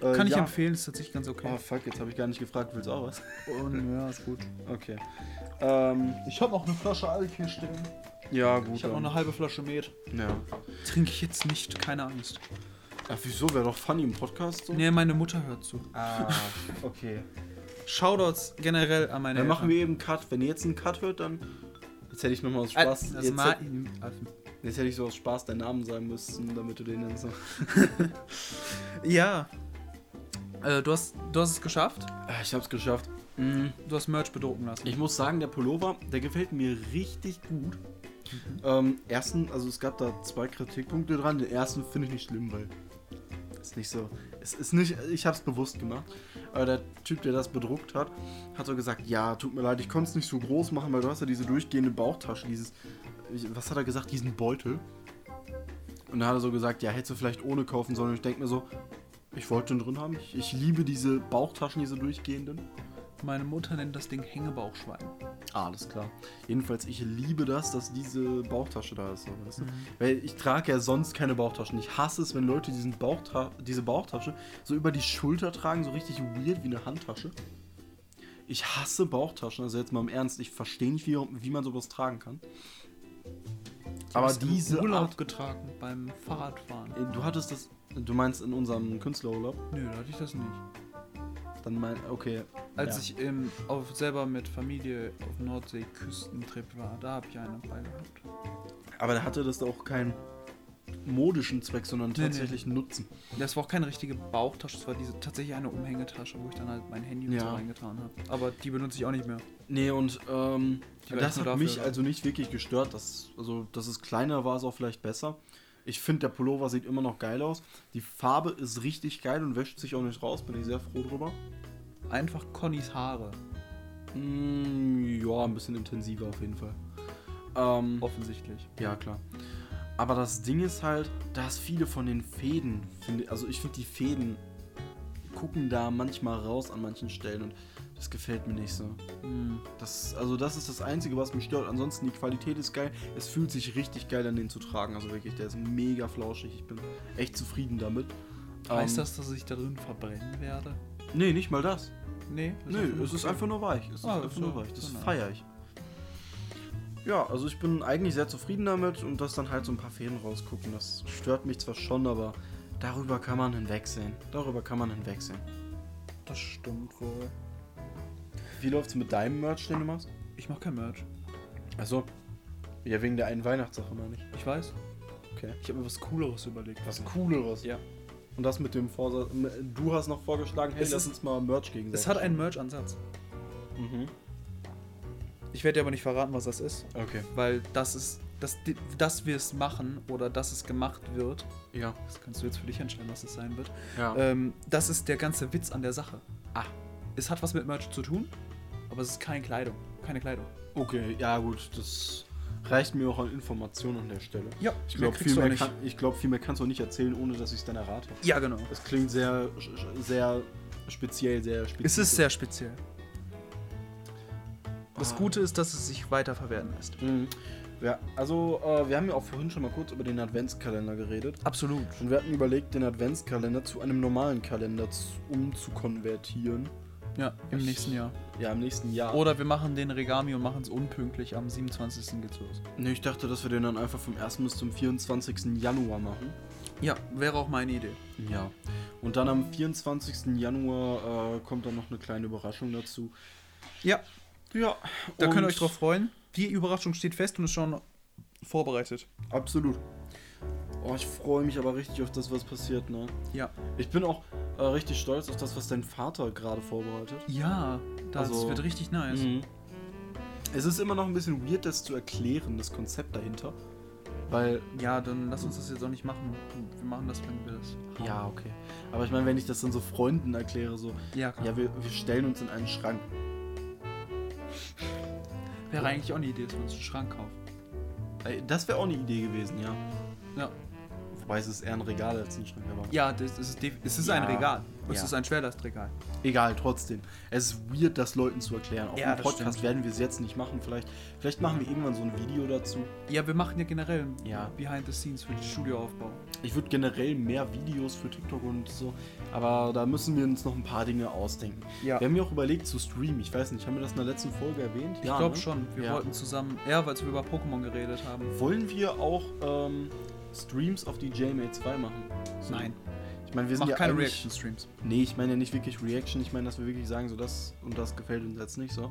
[SPEAKER 2] äh,
[SPEAKER 1] Kann ich
[SPEAKER 2] ja.
[SPEAKER 1] empfehlen, ist tatsächlich ganz okay.
[SPEAKER 2] Oh fuck, jetzt habe ich gar nicht gefragt, willst du auch was? <laughs>
[SPEAKER 1] Und, ja, ist gut.
[SPEAKER 2] Okay. Ähm,
[SPEAKER 1] Ich habe noch eine Flasche Alk hier stehen.
[SPEAKER 2] ja, gut.
[SPEAKER 1] Ich habe noch
[SPEAKER 2] dann.
[SPEAKER 1] eine halbe Flasche Met.
[SPEAKER 2] ja.
[SPEAKER 1] Trinke ich jetzt nicht, keine Angst.
[SPEAKER 2] Ach, wieso? Wäre doch funny im Podcast so?
[SPEAKER 1] Nee, meine Mutter hört zu.
[SPEAKER 2] Ah,
[SPEAKER 1] <laughs>
[SPEAKER 2] okay.
[SPEAKER 1] Shoutouts generell an meine
[SPEAKER 2] Dann machen
[SPEAKER 1] Eltern.
[SPEAKER 2] wir eben einen Cut. Wenn ihr jetzt einen Cut hört, dann. Jetzt hätte ich nochmal aus
[SPEAKER 1] Al-
[SPEAKER 2] Spaß.
[SPEAKER 1] Äh, das
[SPEAKER 2] jetzt,
[SPEAKER 1] Ma-
[SPEAKER 2] hätte, jetzt hätte ich so aus Spaß deinen Namen sagen müssen, damit du den nennst.
[SPEAKER 1] Ja. Äh, du, hast, du hast es geschafft.
[SPEAKER 2] Ah, Ich hab's geschafft. Mhm.
[SPEAKER 1] Du hast Merch bedrucken lassen.
[SPEAKER 2] Ich muss sagen, der Pullover, der gefällt mir richtig gut. Ähm, ersten, also es gab da zwei Kritikpunkte dran. Den ersten finde ich nicht schlimm, weil ist nicht so. Es ist nicht, ich habe es bewusst gemacht. Aber der Typ, der das bedruckt hat, hat so gesagt, ja, tut mir leid, ich konnte es nicht so groß machen, weil du hast ja diese durchgehende Bauchtasche, dieses, ich- was hat er gesagt, diesen Beutel. Und da hat er so gesagt, ja, hättest du vielleicht ohne kaufen sollen. Und ich denke mir so, ich wollte den drin haben. Ich, ich liebe diese Bauchtaschen, diese durchgehenden.
[SPEAKER 1] Meine Mutter nennt das Ding Hängebauchschwein.
[SPEAKER 2] Ah, alles klar. Jedenfalls, ich liebe das, dass diese Bauchtasche da ist. so, Weißt du?
[SPEAKER 1] Mhm.
[SPEAKER 2] Weil ich trage ja sonst keine Bauchtaschen. Ich hasse es, wenn Leute diesen Bauchta diese Bauchtasche so über die Schulter tragen, so richtig weird wie eine Handtasche. Ich hasse Bauchtaschen, also jetzt mal im Ernst. Ich verstehe nicht, wie, wie man sowas tragen kann. Aber
[SPEAKER 1] hast du im
[SPEAKER 2] diese
[SPEAKER 1] Urlaub
[SPEAKER 2] Art,
[SPEAKER 1] getragen beim Fahrradfahren.
[SPEAKER 2] Ey, Du hattest das... Du meinst in unserem Künstlerurlaub?
[SPEAKER 1] Nö, da hatte ich das nicht.
[SPEAKER 2] Dann mein... Okay.
[SPEAKER 1] Als
[SPEAKER 2] ja.
[SPEAKER 1] ich im, auf, selber mit Familie auf Nordsee-Küstentrip war, da habe ich eine bei gehabt.
[SPEAKER 2] Aber da hatte das auch keinen modischen Zweck, sondern
[SPEAKER 1] nee.
[SPEAKER 2] tatsächlich Nutzen.
[SPEAKER 1] Das war auch keine richtige Bauchtasche, das war diese, tatsächlich eine Umhängetasche, wo ich dann halt mein Handy und so
[SPEAKER 2] Ja.
[SPEAKER 1] reingetan habe. Aber die benutze ich auch nicht mehr.
[SPEAKER 2] Nee, und ähm,
[SPEAKER 1] Die war echt
[SPEAKER 2] das
[SPEAKER 1] nur
[SPEAKER 2] hat
[SPEAKER 1] dafür
[SPEAKER 2] mich
[SPEAKER 1] da.
[SPEAKER 2] also nicht wirklich gestört. Dass, also, dass es kleiner war, ist auch vielleicht besser. Ich finde, der Pullover sieht immer noch geil aus. Die Farbe ist richtig geil und wäscht sich auch nicht raus. Bin ich sehr froh drüber.
[SPEAKER 1] Einfach Connys Haare,
[SPEAKER 2] Mm, ja, ein bisschen intensiver auf jeden Fall. Ähm,
[SPEAKER 1] offensichtlich.
[SPEAKER 2] ja, klar. Aber das Ding ist halt, dass viele von den Fäden, finde, also ich finde, die Fäden gucken da manchmal raus an manchen Stellen und das gefällt mir nicht so.
[SPEAKER 1] Hm.
[SPEAKER 2] Das, also das ist das Einzige, was mich stört. Ansonsten die Qualität ist geil. Es fühlt sich richtig geil an, den zu tragen. Also wirklich, der ist mega flauschig. Ich bin echt zufrieden damit.
[SPEAKER 1] Heißt
[SPEAKER 2] Ähm,
[SPEAKER 1] das, dass ich darin verbrennen werde?
[SPEAKER 2] Nee, nicht mal das.
[SPEAKER 1] Nee, das
[SPEAKER 2] Nee, es ist
[SPEAKER 1] okay.
[SPEAKER 2] einfach nur weich. Es ist
[SPEAKER 1] Ah,
[SPEAKER 2] einfach
[SPEAKER 1] so,
[SPEAKER 2] nur weich. Das
[SPEAKER 1] so nice.
[SPEAKER 2] feiere ich. Ja, also ich bin eigentlich sehr zufrieden damit und dass dann halt so ein paar Fäden rausgucken, das stört mich zwar schon, aber darüber kann man hinwegsehen. Darüber kann man hinwegsehen.
[SPEAKER 1] Das stimmt wohl.
[SPEAKER 2] Wie läuft's mit deinem Merch, den du machst?
[SPEAKER 1] Ich mach kein Merch.
[SPEAKER 2] Achso. Ja, wegen der einen Weihnachtssache meine ich.
[SPEAKER 1] Ich weiß.
[SPEAKER 2] Okay.
[SPEAKER 1] Ich habe mir was Cooleres überlegt.
[SPEAKER 2] Was Cooleres.
[SPEAKER 1] Ja.
[SPEAKER 2] Und das mit dem Vorsatz. Du hast noch vorgeschlagen, hey,
[SPEAKER 1] Es
[SPEAKER 2] lass
[SPEAKER 1] ist-
[SPEAKER 2] uns mal Merch gegenseitig.
[SPEAKER 1] Es hat einen Merch-Ansatz.
[SPEAKER 2] Mhm.
[SPEAKER 1] Ich werde dir aber nicht verraten, was das ist.
[SPEAKER 2] Okay.
[SPEAKER 1] Weil das ist, dass, die- dass wir es machen oder dass es gemacht wird,
[SPEAKER 2] Ja.
[SPEAKER 1] das kannst du jetzt für dich entscheiden, was es sein wird.
[SPEAKER 2] Ja.
[SPEAKER 1] Ähm, das ist der ganze Witz an der Sache.
[SPEAKER 2] Ah.
[SPEAKER 1] Es hat was mit Merch zu tun, aber es ist keine Kleidung. Keine Kleidung.
[SPEAKER 2] Okay, ja gut, das reicht mir auch an Informationen an der Stelle.
[SPEAKER 1] Ja,
[SPEAKER 2] Ich
[SPEAKER 1] mehr
[SPEAKER 2] glaube,
[SPEAKER 1] kriegst
[SPEAKER 2] viel,
[SPEAKER 1] du auch
[SPEAKER 2] mehr
[SPEAKER 1] nicht.
[SPEAKER 2] kann, ich glaub, viel mehr kannst du auch nicht erzählen, ohne dass ich es dann errate.
[SPEAKER 1] Ja, genau.
[SPEAKER 2] Es klingt sehr, sch- sch- sehr speziell, sehr speziell.
[SPEAKER 1] Es ist sehr speziell.
[SPEAKER 2] Ah.
[SPEAKER 1] Das Gute ist, dass es sich weiterverwerten lässt.
[SPEAKER 2] Mhm. Ja, also, äh, wir haben ja auch vorhin schon mal kurz über den Adventskalender geredet.
[SPEAKER 1] Absolut.
[SPEAKER 2] Und wir hatten überlegt, den Adventskalender zu einem normalen Kalender zu- umzukonvertieren.
[SPEAKER 1] Ja, im
[SPEAKER 2] Ich-
[SPEAKER 1] nächsten Jahr.
[SPEAKER 2] Ja, im nächsten Jahr.
[SPEAKER 1] Oder wir machen den Regami und machen es unpünktlich. Am 27. geht's los.
[SPEAKER 2] Ne, ich dachte, dass wir den dann einfach vom 1. bis zum 24. Januar machen.
[SPEAKER 1] Ja, wäre auch meine Idee.
[SPEAKER 2] Ja. Und dann am 24. Januar äh, kommt dann noch eine kleine Überraschung dazu.
[SPEAKER 1] Ja,
[SPEAKER 2] Ja.
[SPEAKER 1] da könnt ihr euch drauf freuen. Die Überraschung steht fest und ist schon vorbereitet.
[SPEAKER 2] Absolut. Oh, ich freue mich aber richtig auf das, was passiert, ne?
[SPEAKER 1] Ja.
[SPEAKER 2] Ich bin auch äh, richtig stolz auf das, was dein Vater gerade vorbereitet.
[SPEAKER 1] Ja, das
[SPEAKER 2] Also-
[SPEAKER 1] wird richtig nice.
[SPEAKER 2] Es ist immer noch ein bisschen weird, das zu erklären, das Konzept dahinter. Weil,
[SPEAKER 1] Ja, dann lass uns das jetzt auch nicht machen. Wir machen das, wenn wir das. haben.
[SPEAKER 2] ja, okay. Aber ich meine, wenn ich das dann so Freunden erkläre, so,
[SPEAKER 1] Ja, klar.
[SPEAKER 2] ja, wir, wir stellen uns in einen Schrank.
[SPEAKER 1] Wäre eigentlich auch eine Idee, dass wir uns einen Schrank kaufen.
[SPEAKER 2] Ey, Das wäre auch eine Idee gewesen, ja.
[SPEAKER 1] Ja.
[SPEAKER 2] Wobei es ist eher ein Regal als ein Schrank, aber.
[SPEAKER 1] Ja, das ist, def- es ist ein
[SPEAKER 2] Ja.
[SPEAKER 1] Regal. Es
[SPEAKER 2] Ja.
[SPEAKER 1] ist ein Schwerlastregal.
[SPEAKER 2] Egal, trotzdem. Es ist weird, das Leuten zu erklären. Auch
[SPEAKER 1] Ja,
[SPEAKER 2] im
[SPEAKER 1] das
[SPEAKER 2] Podcast
[SPEAKER 1] stimmt.
[SPEAKER 2] werden wir es jetzt nicht machen. Vielleicht, vielleicht machen wir irgendwann so ein Video dazu.
[SPEAKER 1] Ja, wir machen ja generell ein
[SPEAKER 2] Ja.
[SPEAKER 1] Behind the Scenes für den Studioaufbau.
[SPEAKER 2] Ich würde generell mehr Videos für TikTok und so. Aber da müssen wir uns noch ein paar Dinge ausdenken.
[SPEAKER 1] Ja.
[SPEAKER 2] Wir haben ja auch überlegt zu streamen. Ich weiß nicht, haben wir das in der letzten Folge erwähnt?
[SPEAKER 1] Ich glaube schon. Wir
[SPEAKER 2] Ja. ne?
[SPEAKER 1] wollten zusammen. Ja, weil wir über Pokémon geredet haben.
[SPEAKER 2] Wollen wir auch ähm, Streams auf die JMA 2 machen? So,
[SPEAKER 1] Nein.
[SPEAKER 2] Ich meine, wir sind
[SPEAKER 1] Mach
[SPEAKER 2] ja
[SPEAKER 1] keine
[SPEAKER 2] eigentlich-
[SPEAKER 1] Reaction-Streams.
[SPEAKER 2] Nee, ich meine ja nicht wirklich Reaction. Ich meine, dass wir wirklich sagen, so das und das gefällt uns jetzt nicht so.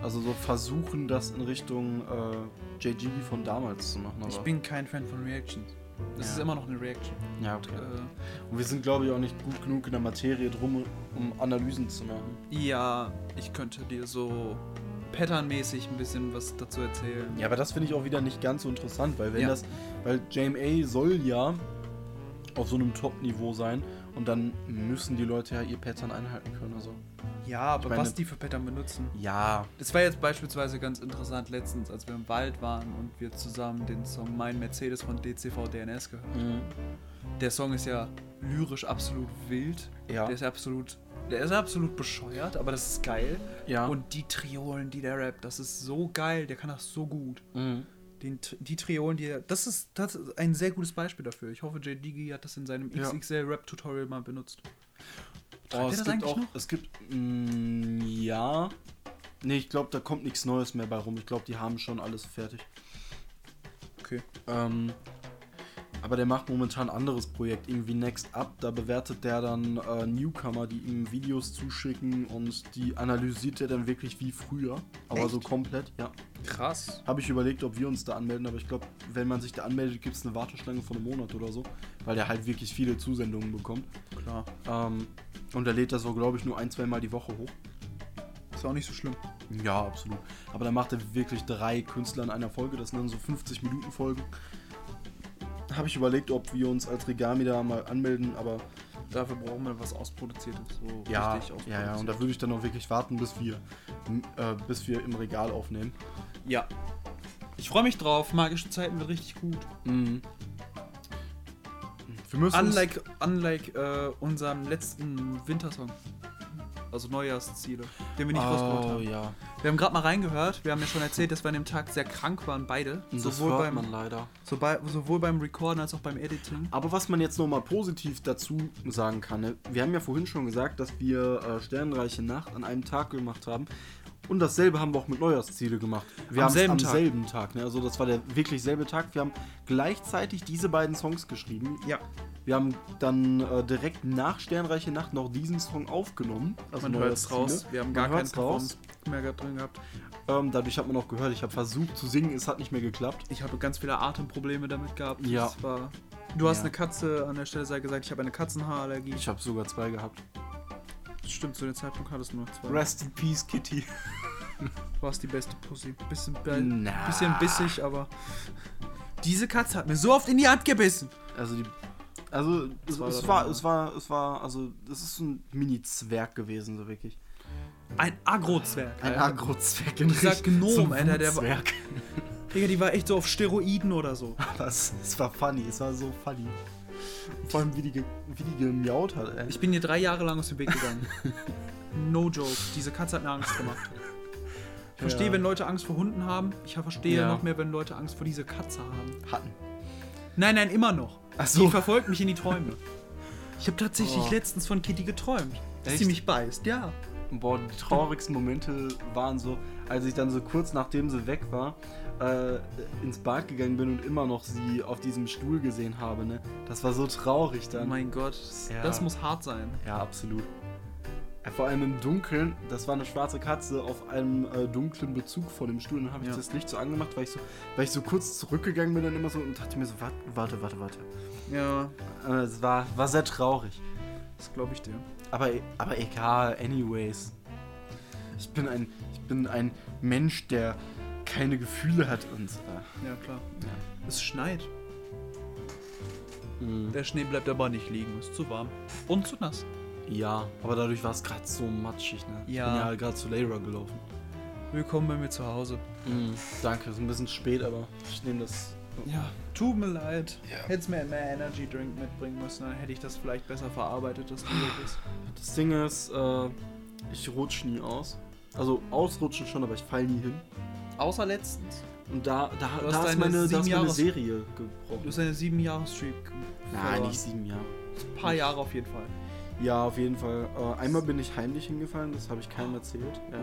[SPEAKER 2] Also so versuchen, das in Richtung äh, JGB von damals zu machen. Aber
[SPEAKER 1] Ich bin kein Fan von Reactions. Das
[SPEAKER 2] Ja.
[SPEAKER 1] ist immer noch eine Reaction.
[SPEAKER 2] ja, okay.
[SPEAKER 1] Äh,
[SPEAKER 2] Und wir sind, glaube ich, auch nicht gut genug in der Materie drum, um Analysen zu machen.
[SPEAKER 1] Äh, ja, ich könnte dir so patternmäßig ein bisschen was dazu erzählen.
[SPEAKER 2] Ja, aber das finde ich auch wieder nicht ganz so interessant, weil wenn
[SPEAKER 1] Ja.
[SPEAKER 2] das, weil JMA soll ja auf so einem Top-Niveau sein und dann müssen die Leute ja ihr Pattern einhalten können. Also
[SPEAKER 1] Ja, aber
[SPEAKER 2] Ich meine-
[SPEAKER 1] was die für Pattern benutzen.
[SPEAKER 2] ja,
[SPEAKER 1] Das war jetzt beispielsweise ganz interessant letztens, als wir im Wald waren und wir zusammen den Song Mein Mercedes von DCV DNS gehört.
[SPEAKER 2] Mhm.
[SPEAKER 1] Der Song ist ja lyrisch absolut wild.
[SPEAKER 2] Ja.
[SPEAKER 1] Der ist absolut. Der ist absolut bescheuert, aber das ist geil.
[SPEAKER 2] ja.
[SPEAKER 1] Und die Triolen, die der rappt, das ist so geil, der kann das so gut.
[SPEAKER 2] Mhm.
[SPEAKER 1] Den, T- die Triolen, die er. Das ist, das ist ein sehr gutes Beispiel dafür. Ich hoffe, JDG hat das in seinem
[SPEAKER 2] Ja.
[SPEAKER 1] XXL-Rap-Tutorial mal benutzt.
[SPEAKER 2] Oh,
[SPEAKER 1] Treibt
[SPEAKER 2] es
[SPEAKER 1] ihr das
[SPEAKER 2] gibt
[SPEAKER 1] eigentlich
[SPEAKER 2] auch,
[SPEAKER 1] noch?
[SPEAKER 2] es gibt, mm, ja. Nee, ich glaube, da kommt nichts Neues mehr bei rum. Ich glaube, die haben schon alles fertig.
[SPEAKER 1] Okay.
[SPEAKER 2] Ähm, aber der macht momentan ein anderes Projekt, irgendwie Next Up. Da bewertet der dann äh, Newcomer, die ihm Videos zuschicken und die analysiert er dann wirklich wie früher. Aber so komplett, ja.
[SPEAKER 1] Krass.
[SPEAKER 2] Habe ich überlegt, ob wir uns da anmelden, aber ich glaube, wenn man sich da anmeldet, gibt es eine Warteschlange von einem Monat oder so, weil der halt wirklich viele Zusendungen bekommt.
[SPEAKER 1] Klar.
[SPEAKER 2] Ähm, und er lädt das so, glaube ich, nur ein, zweimal die Woche hoch.
[SPEAKER 1] Ist auch nicht so schlimm.
[SPEAKER 2] Ja, absolut. Aber dann macht er wirklich drei Künstler in einer Folge. Das sind dann so 50-Minuten-Folgen. Habe ich überlegt, ob wir uns als Regami da mal anmelden, aber
[SPEAKER 1] Dafür brauchen wir was ausproduziertes. So
[SPEAKER 2] ja,
[SPEAKER 1] richtig ausproduziert.
[SPEAKER 2] ja, ja. Und da würde ich dann auch wirklich warten, bis wir, m- äh, bis wir im Regal aufnehmen.
[SPEAKER 1] Ja. Ich freue mich drauf. Magische Zeiten wird richtig gut.
[SPEAKER 2] Wir müssen uns-
[SPEAKER 1] Unlike, unlike äh, unserem letzten Wintersong. Also Neujahrsziele, den wir nicht rausgeholt
[SPEAKER 2] oh,
[SPEAKER 1] haben.
[SPEAKER 2] ja.
[SPEAKER 1] Wir haben gerade mal reingehört. Wir haben ja schon erzählt, dass wir an dem Tag sehr krank waren, beide.
[SPEAKER 2] Und das
[SPEAKER 1] Sowohl
[SPEAKER 2] hört
[SPEAKER 1] beim,
[SPEAKER 2] man leider.
[SPEAKER 1] sobei- sowohl beim Recorden als auch beim Editing.
[SPEAKER 2] Aber was man jetzt nochmal positiv dazu sagen kann, ne? wir haben ja vorhin schon gesagt, dass wir äh, Sternreiche Nacht an einem Tag gemacht haben. Und dasselbe haben wir auch mit Neujahrsziele gemacht. Wir
[SPEAKER 1] Am
[SPEAKER 2] haben
[SPEAKER 1] selben
[SPEAKER 2] am
[SPEAKER 1] Tag.
[SPEAKER 2] selben Tag. Ne? Also das war der wirklich selbe Tag. Wir haben gleichzeitig diese beiden Songs geschrieben.
[SPEAKER 1] Ja.
[SPEAKER 2] Wir haben dann äh, direkt nach Sternreiche Nacht noch diesen Song aufgenommen. Also
[SPEAKER 1] Man hört es
[SPEAKER 2] Neujahrsziele.
[SPEAKER 1] raus. Wir haben gar
[SPEAKER 2] Man
[SPEAKER 1] keine
[SPEAKER 2] hört's raus.
[SPEAKER 1] Performance mehr gehabt- drin gehabt.
[SPEAKER 2] Ähm, dadurch hat man auch gehört, ich habe versucht zu singen, es hat nicht mehr geklappt.
[SPEAKER 1] Ich habe ganz viele Atemprobleme damit gehabt.
[SPEAKER 2] Ja.
[SPEAKER 1] Das war, du hast
[SPEAKER 2] Ja.
[SPEAKER 1] eine Katze an der Stelle sei gesagt, ich habe eine Katzenhaarallergie.
[SPEAKER 2] Ich habe sogar zwei gehabt.
[SPEAKER 1] Stimmt, zu dem Zeitpunkt hattest du nur noch zwei.
[SPEAKER 2] Rest in Peace, Kitty.
[SPEAKER 1] Du warst die beste Pussy. Bisschen, be
[SPEAKER 2] Na.
[SPEAKER 1] bisschen bissig, aber. Diese Katze hat mir so oft in die Hand gebissen.
[SPEAKER 2] Also die. Also es,
[SPEAKER 1] Zwei
[SPEAKER 2] es
[SPEAKER 1] oder
[SPEAKER 2] war,
[SPEAKER 1] drei.
[SPEAKER 2] es war, es war, also es ist ein Mini-Zwerg gewesen, so wirklich.
[SPEAKER 1] Ein Agrozwerg.
[SPEAKER 2] Ein
[SPEAKER 1] Alter.
[SPEAKER 2] Agro-Zwerg in
[SPEAKER 1] Dieser
[SPEAKER 2] richtig-
[SPEAKER 1] Gnom,
[SPEAKER 2] so ein
[SPEAKER 1] Alter, der war-
[SPEAKER 2] Zwerg.
[SPEAKER 1] Digga, die war echt so auf Steroiden oder so.
[SPEAKER 2] Aber es, es war funny, es war so funny. Vor allem wie die, ge- wie die gemiaut hat, ey.
[SPEAKER 1] Ich bin ihr drei Jahre lang aus dem
[SPEAKER 2] <laughs>
[SPEAKER 1] Weg gegangen. no joke. Diese Katze hat mir Angst gemacht. Ich verstehe,
[SPEAKER 2] Ja.
[SPEAKER 1] wenn Leute Angst vor Hunden haben. Ich verstehe
[SPEAKER 2] Ja.
[SPEAKER 1] noch mehr, wenn Leute Angst vor dieser Katze haben.
[SPEAKER 2] hatten.
[SPEAKER 1] Nein, nein, immer noch.
[SPEAKER 2] Ach
[SPEAKER 1] Die
[SPEAKER 2] so.
[SPEAKER 1] verfolgt mich in die Träume. Ich habe tatsächlich
[SPEAKER 2] Oh.
[SPEAKER 1] letztens von Kitty geträumt. Dass sie
[SPEAKER 2] Echt?
[SPEAKER 1] mich beißt, ja.
[SPEAKER 2] Boah, die traurigsten Momente waren so, als ich dann so kurz nachdem sie weg war, äh, ins Bad gegangen bin und immer noch sie auf diesem Stuhl gesehen habe, ne? Das war so traurig
[SPEAKER 1] Oh
[SPEAKER 2] dann.
[SPEAKER 1] mein Gott,
[SPEAKER 2] Ja.
[SPEAKER 1] das muss hart sein.
[SPEAKER 2] Ja, absolut. Ja, Vor allem im Dunkeln, das war eine schwarze Katze auf einem äh, dunklen Bezug vor dem Stuhl. Und dann habe ich
[SPEAKER 1] Ja.
[SPEAKER 2] das Licht so angemacht, weil ich so, weil ich so kurz zurückgegangen bin dann immer so und dachte mir so, warte, warte, warte, warte.
[SPEAKER 1] Ja,
[SPEAKER 2] Äh, es war, war sehr traurig.
[SPEAKER 1] das glaube ich dir.
[SPEAKER 2] Aber, aber egal, anyways. Ich bin ein, ich bin ein Mensch, der keine Gefühle hat und so.
[SPEAKER 1] Ja, klar.
[SPEAKER 2] Ja.
[SPEAKER 1] Es schneit.
[SPEAKER 2] Mhm.
[SPEAKER 1] Der Schnee bleibt aber nicht liegen. Ist zu warm. Und zu nass.
[SPEAKER 2] ja, aber dadurch war es gerade so matschig, ne? Ich
[SPEAKER 1] Ja.
[SPEAKER 2] bin ja gerade zu Layra gelaufen.
[SPEAKER 1] Willkommen bei mir zu Hause.
[SPEAKER 2] Mhm. Danke, ist ein bisschen spät, aber ich nehme das.
[SPEAKER 1] Ja, tut mir leid.
[SPEAKER 2] Ja.
[SPEAKER 1] Hättest mir mehr Energy Drink mitbringen müssen, dann hätte ich das vielleicht besser verarbeitet, dass du hier bist.
[SPEAKER 2] Das Ding ist, äh, ich rutsche nie aus. Also ausrutschen schon, aber ich falle nie hin.
[SPEAKER 1] Außer letztens.
[SPEAKER 2] Und da, da, da
[SPEAKER 1] Du hast
[SPEAKER 2] ist
[SPEAKER 1] deine
[SPEAKER 2] meine, da
[SPEAKER 1] sieben
[SPEAKER 2] ist meine
[SPEAKER 1] Jahre-
[SPEAKER 2] Serie
[SPEAKER 1] Du
[SPEAKER 2] gebrochen.
[SPEAKER 1] hast eine 7 jahres streak
[SPEAKER 2] Nein, nicht sieben Jahre.
[SPEAKER 1] Ein paar Jahre auf jeden Fall.
[SPEAKER 2] Ja, auf jeden Fall. Äh, einmal bin ich heimlich hingefallen, das habe ich keinem erzählt. Ja.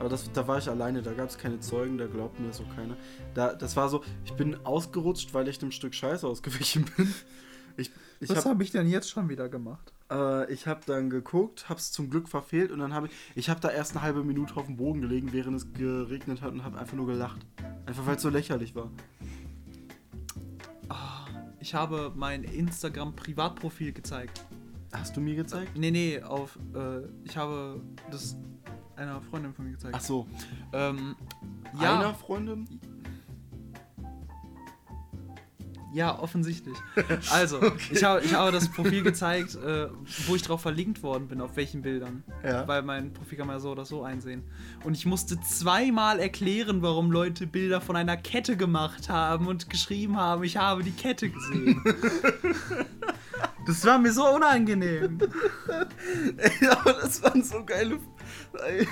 [SPEAKER 2] Aber das, da war ich alleine, da gab es keine Zeugen, da glaubt mir das auch keiner. Da, das war so, ich bin ausgerutscht, weil ich dem Stück Scheiße ausgewichen bin. Ich, ich
[SPEAKER 1] Was
[SPEAKER 2] habe
[SPEAKER 1] habe ich denn jetzt schon wieder gemacht?
[SPEAKER 2] äh, ich hab dann geguckt, hab's zum Glück verfehlt und dann habe ich, ich habe da erst eine halbe Minute auf dem Boden gelegen, während es geregnet hat und habe einfach nur gelacht. Einfach weil es so lächerlich war.
[SPEAKER 1] Ich habe mein Instagram-Privatprofil gezeigt.
[SPEAKER 2] Hast du mir gezeigt?
[SPEAKER 1] Nee, nee, auf. Äh, ich habe das einer Freundin von mir gezeigt.
[SPEAKER 2] Ach so.
[SPEAKER 1] Ähm, ja,
[SPEAKER 2] Ja. Einer Freundin?
[SPEAKER 1] ja, offensichtlich. Also, ich, habe, ich habe das Profil gezeigt, äh, wo ich drauf verlinkt worden bin, auf welchen Bildern.
[SPEAKER 2] Ja.
[SPEAKER 1] Weil mein Profil kann man ja so oder so einsehen. Und ich musste zweimal erklären, warum Leute Bilder von einer Kette gemacht haben und geschrieben haben, ich habe die Kette gesehen. das war mir so unangenehm.
[SPEAKER 2] Ey, aber das waren so geile. Ey,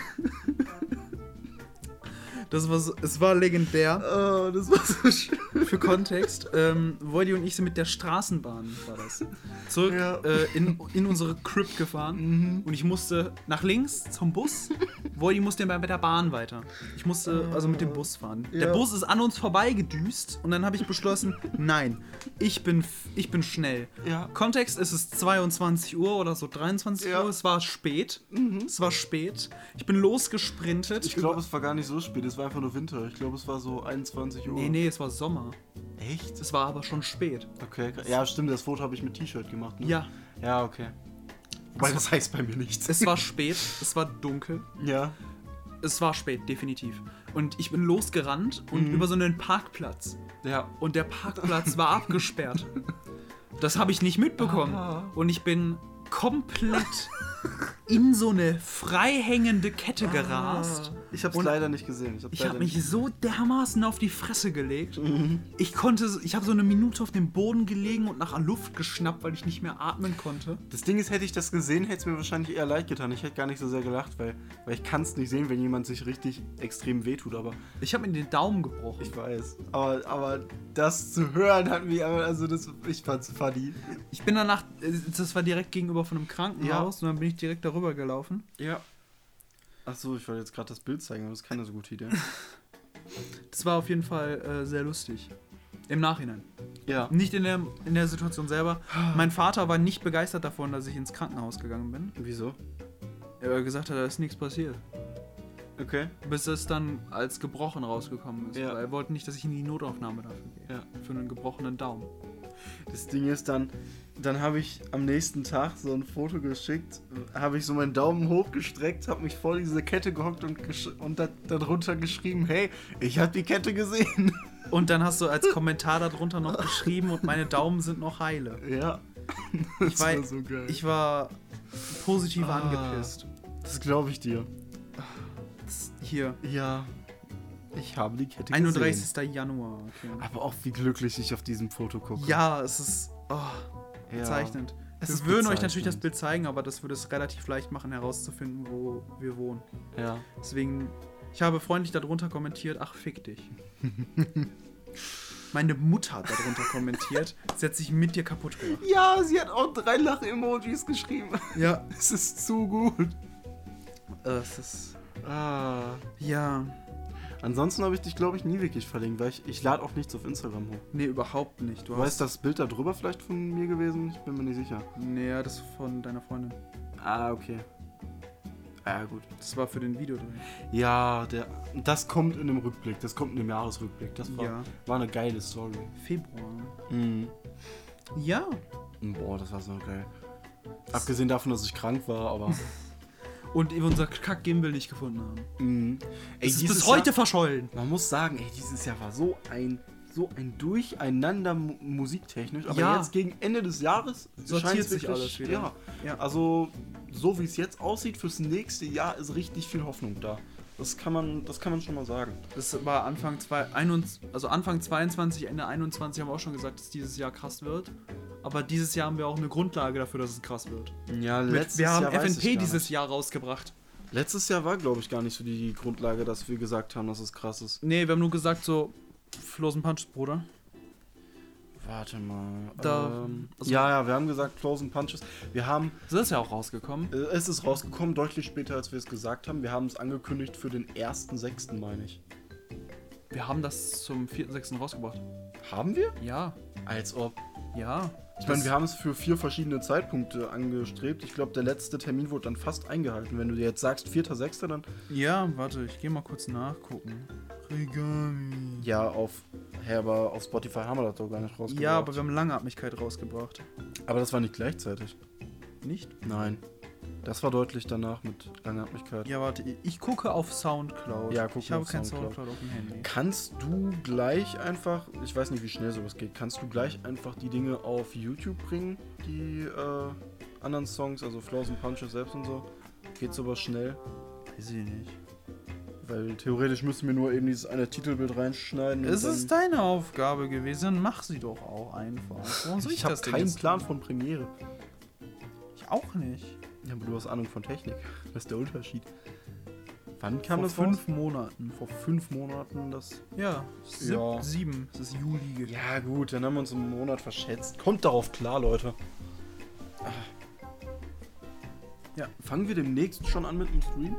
[SPEAKER 1] Das war, so- es war legendär.
[SPEAKER 2] oh, das war so schön.
[SPEAKER 1] Für Kontext, ähm, Woody und ich sind mit der Straßenbahn, war das, zurück
[SPEAKER 2] Ja. Mhm.
[SPEAKER 1] äh, in, in unsere Crib gefahren. Und ich musste nach links zum Bus. Woody musste bei- mit der Bahn weiter. Ich musste also mit dem Bus fahren.
[SPEAKER 2] Ah. Ja.
[SPEAKER 1] Der Bus ist an uns vorbeigedüst und dann habe ich beschlossen, <laughs> nein, ich bin, f- ich bin schnell.
[SPEAKER 2] Ja.
[SPEAKER 1] Kontext, es ist 22 Uhr oder so 23
[SPEAKER 2] Ja. Mhm.
[SPEAKER 1] Uhr, es war spät. Es war spät. Ich bin losgesprintet.
[SPEAKER 2] Ich glaube, es war gar nicht so spät, es war einfach nur Winter. Ich glaube, es war so 21 Uhr.
[SPEAKER 1] Nee, nee, es war Sommer.
[SPEAKER 2] Hm. Echt?
[SPEAKER 1] Es war aber schon spät.
[SPEAKER 2] Okay, krass. ja, stimmt, das Foto habe ich mit T-Shirt gemacht, ne?
[SPEAKER 1] Ja.
[SPEAKER 2] Ja, okay. Weil das heißt bei mir nichts.
[SPEAKER 1] Es war spät, es war dunkel.
[SPEAKER 2] ja.
[SPEAKER 1] Es war spät, definitiv. Und ich bin losgerannt und über so einen Parkplatz.
[SPEAKER 2] Ja.
[SPEAKER 1] Und der Parkplatz war abgesperrt. Das habe ich nicht mitbekommen.
[SPEAKER 2] Ah.
[SPEAKER 1] Und ich bin komplett in so eine freihängende Kette gerast.
[SPEAKER 2] Ich habe es
[SPEAKER 1] Und-
[SPEAKER 2] leider nicht gesehen. Ich habe
[SPEAKER 1] Ich habe
[SPEAKER 2] leider
[SPEAKER 1] mich
[SPEAKER 2] nicht.
[SPEAKER 1] so dermaßen auf die Fresse gelegt. Ich konnte, ich habe so eine Minute auf dem Boden gelegen und nach Luft geschnappt, weil ich nicht mehr atmen konnte.
[SPEAKER 2] Das Ding ist, hätte ich das gesehen, hätte es mir wahrscheinlich eher leid getan. Ich hätte gar nicht so sehr gelacht, weil, weil ich kann es nicht sehen, wenn jemand sich richtig extrem wehtut. Aber
[SPEAKER 1] Ich habe mir den Daumen gebrochen.
[SPEAKER 2] ich weiß. Aber, aber das zu hören hat mich, aber- also das, ich fand's funny.
[SPEAKER 1] Ich bin danach, äh, das war direkt gegenüber von einem Krankenhaus und dann bin ich direkt darüber gelaufen.
[SPEAKER 2] Ja. Ach so, ich wollte jetzt gerade das Bild zeigen, aber das ist keine so gute Idee.
[SPEAKER 1] Das war auf jeden Fall äh, sehr lustig. Im Nachhinein.
[SPEAKER 2] ja.
[SPEAKER 1] Nicht in der, in der Situation selber. Mein Vater war nicht begeistert davon, dass ich ins Krankenhaus gegangen bin.
[SPEAKER 2] <laughs> Wieso?
[SPEAKER 1] Er hat gesagt hat, da ist nichts passiert.
[SPEAKER 2] Okay.
[SPEAKER 1] Bis es dann als gebrochen rausgekommen ist.
[SPEAKER 2] Ja.
[SPEAKER 1] Weil er wollte nicht, dass ich in die Notaufnahme dafür gehe.
[SPEAKER 2] Ja.
[SPEAKER 1] Für einen gebrochenen Daumen.
[SPEAKER 2] Das Ding ist dann, dann habe ich am nächsten Tag so ein Foto geschickt, habe ich so meinen Daumen hochgestreckt, habe mich vor diese Kette gehockt und, gesch- und da, darunter geschrieben, hey, ich habe die Kette gesehen.
[SPEAKER 1] Und dann hast du als Kommentar darunter <laughs> noch geschrieben und meine Daumen sind noch heile.
[SPEAKER 2] Ja. <laughs>
[SPEAKER 1] Ich war,
[SPEAKER 2] war so geil.
[SPEAKER 1] ich war positiv
[SPEAKER 2] Ah.
[SPEAKER 1] angepisst.
[SPEAKER 2] Das glaube ich dir.
[SPEAKER 1] Das- Hier,
[SPEAKER 2] Ja. Ich habe die Kette 31.
[SPEAKER 1] 31. Januar. Okay.
[SPEAKER 2] Aber auch wie glücklich ich auf diesem Foto gucke.
[SPEAKER 1] Ja, es ist oh,
[SPEAKER 2] Ja.
[SPEAKER 1] bezeichnend.
[SPEAKER 2] Es
[SPEAKER 1] wir
[SPEAKER 2] ist
[SPEAKER 1] würden euch natürlich das
[SPEAKER 2] bezeichnend.
[SPEAKER 1] Bild zeigen, aber das würde es relativ leicht machen, herauszufinden, wo wir wohnen.
[SPEAKER 2] Ja.
[SPEAKER 1] Deswegen, ich habe freundlich darunter kommentiert, ach, fick
[SPEAKER 2] <laughs>
[SPEAKER 1] dich. Meine Mutter hat darunter kommentiert, sie hat sich mit dir kaputt gemacht.
[SPEAKER 2] Ja, sie hat auch drei Lach-Emojis geschrieben. <laughs>
[SPEAKER 1] Ja,
[SPEAKER 2] Es ist zu gut.
[SPEAKER 1] es ist.
[SPEAKER 2] Ah.
[SPEAKER 1] Ja,
[SPEAKER 2] Ansonsten habe ich dich, glaube ich, nie wirklich verlinkt, weil ich, ich lade auch nichts auf Instagram hoch.
[SPEAKER 1] nee, überhaupt nicht. Du
[SPEAKER 2] War ist das Bild da drüber vielleicht von mir gewesen? Ich bin mir nicht sicher.
[SPEAKER 1] hast. Nee, ja, das ist von deiner Freundin.
[SPEAKER 2] Ah, okay. Ah, gut.
[SPEAKER 1] Das war für den Videodreh.
[SPEAKER 2] Ja, der, das kommt in dem Rückblick, das kommt in dem Jahresrückblick. Das war,
[SPEAKER 1] Ja.
[SPEAKER 2] war eine geile Story.
[SPEAKER 1] Februar.
[SPEAKER 2] Mhm.
[SPEAKER 1] Ja.
[SPEAKER 2] <laughs> Boah, das war so geil. Abgesehen davon, dass ich krank war, aber
[SPEAKER 1] und eben unser Kack-Gimbal nicht gefunden haben.
[SPEAKER 2] Mhm. Ey,
[SPEAKER 1] Es ist
[SPEAKER 2] dieses
[SPEAKER 1] bis heute
[SPEAKER 2] Jahr,
[SPEAKER 1] verschollen.
[SPEAKER 2] Man muss sagen, ey, dieses Jahr war so ein so ein Durcheinander mu- musiktechnisch, aber
[SPEAKER 1] Ja.
[SPEAKER 2] jetzt gegen Ende des Jahres
[SPEAKER 1] Sortiert
[SPEAKER 2] scheint's
[SPEAKER 1] sich
[SPEAKER 2] wirklich-
[SPEAKER 1] alles wieder.
[SPEAKER 2] Ja.
[SPEAKER 1] Ja.
[SPEAKER 2] Also so wie es jetzt aussieht fürs nächste Jahr ist richtig viel Hoffnung da. Das kann man, das kann man schon mal sagen.
[SPEAKER 1] Das war Anfang, zwei, einund- also Anfang 22, Ende 21 haben wir auch schon gesagt, dass dieses Jahr krass wird. Aber dieses Jahr haben wir auch eine Grundlage dafür, dass es krass wird.
[SPEAKER 2] Ja,
[SPEAKER 1] Mit, wir haben FNP dieses Jahr rausgebracht.
[SPEAKER 2] Letztes Jahr war, glaube ich, gar nicht so die, die Grundlage, dass wir gesagt haben, dass es krass ist.
[SPEAKER 1] Nee, wir haben nur gesagt, so, Flosen Punch, Bruder.
[SPEAKER 2] Warte mal.
[SPEAKER 1] Da-
[SPEAKER 2] ähm,
[SPEAKER 1] also-
[SPEAKER 2] ja, ja, wir haben gesagt, Close and Punches. Wir haben,
[SPEAKER 1] Das ist ja auch rausgekommen.
[SPEAKER 2] äh, es ist rausgekommen, deutlich später, als wir es gesagt haben. Wir haben es angekündigt für den 1.6., meine ich.
[SPEAKER 1] Wir haben das zum 4.6. rausgebracht.
[SPEAKER 2] Haben wir?
[SPEAKER 1] Ja,
[SPEAKER 2] Als ob.
[SPEAKER 1] ja.
[SPEAKER 2] Ich meine, wir haben es für vier verschiedene Zeitpunkte angestrebt. Ich glaube, der letzte Termin wurde dann fast eingehalten. Wenn du dir jetzt sagst 4.6., dann
[SPEAKER 1] Ja, warte, ich gehe mal kurz nachgucken. Rigami.
[SPEAKER 2] ja, auf, hä, aber auf Spotify haben wir das doch gar nicht rausgebracht.
[SPEAKER 1] Ja, aber wir haben Langatmigkeit rausgebracht.
[SPEAKER 2] aber das war nicht gleichzeitig.
[SPEAKER 1] Nicht?
[SPEAKER 2] Nein. Das war deutlich danach mit Langatmigkeit.
[SPEAKER 1] Ja, warte, ich- ich gucke auf Soundcloud.
[SPEAKER 2] Ja, guck
[SPEAKER 1] ich habe
[SPEAKER 2] auf
[SPEAKER 1] kein
[SPEAKER 2] Soundcloud.
[SPEAKER 1] Soundcloud. auf dem Handy.
[SPEAKER 2] Kannst du gleich einfach, ich weiß nicht, wie schnell sowas geht, kannst du gleich einfach die Dinge auf YouTube bringen, die äh, anderen Songs, also Flaws und Punches selbst und so? Geht sowas schnell?
[SPEAKER 1] Weiß ich nicht.
[SPEAKER 2] Weil theoretisch müssen wir nur eben dieses eine Titelbild reinschneiden.
[SPEAKER 1] Es
[SPEAKER 2] und
[SPEAKER 1] ist
[SPEAKER 2] dann-
[SPEAKER 1] deine Aufgabe gewesen, mach sie doch auch einfach. Warum soll ich,
[SPEAKER 2] ich habe
[SPEAKER 1] das denn
[SPEAKER 2] keinen
[SPEAKER 1] jetzt
[SPEAKER 2] Plan
[SPEAKER 1] tun?
[SPEAKER 2] von Premiere.
[SPEAKER 1] Ich auch nicht.
[SPEAKER 2] Ja, aber du hast Ahnung von Technik. Das ist der Unterschied. Wann kam
[SPEAKER 1] Vor
[SPEAKER 2] das raus? Hm,
[SPEAKER 1] fünf Monaten.
[SPEAKER 2] Vor fünf Monaten das.
[SPEAKER 1] Ja, sieb,
[SPEAKER 2] Ja.
[SPEAKER 1] sieben. Es ist Juli. ge-
[SPEAKER 2] Ja gut, dann haben wir uns im Monat verschätzt. Kommt darauf klar, Leute.
[SPEAKER 1] Ja.
[SPEAKER 2] Fangen wir demnächst schon an mit dem Stream?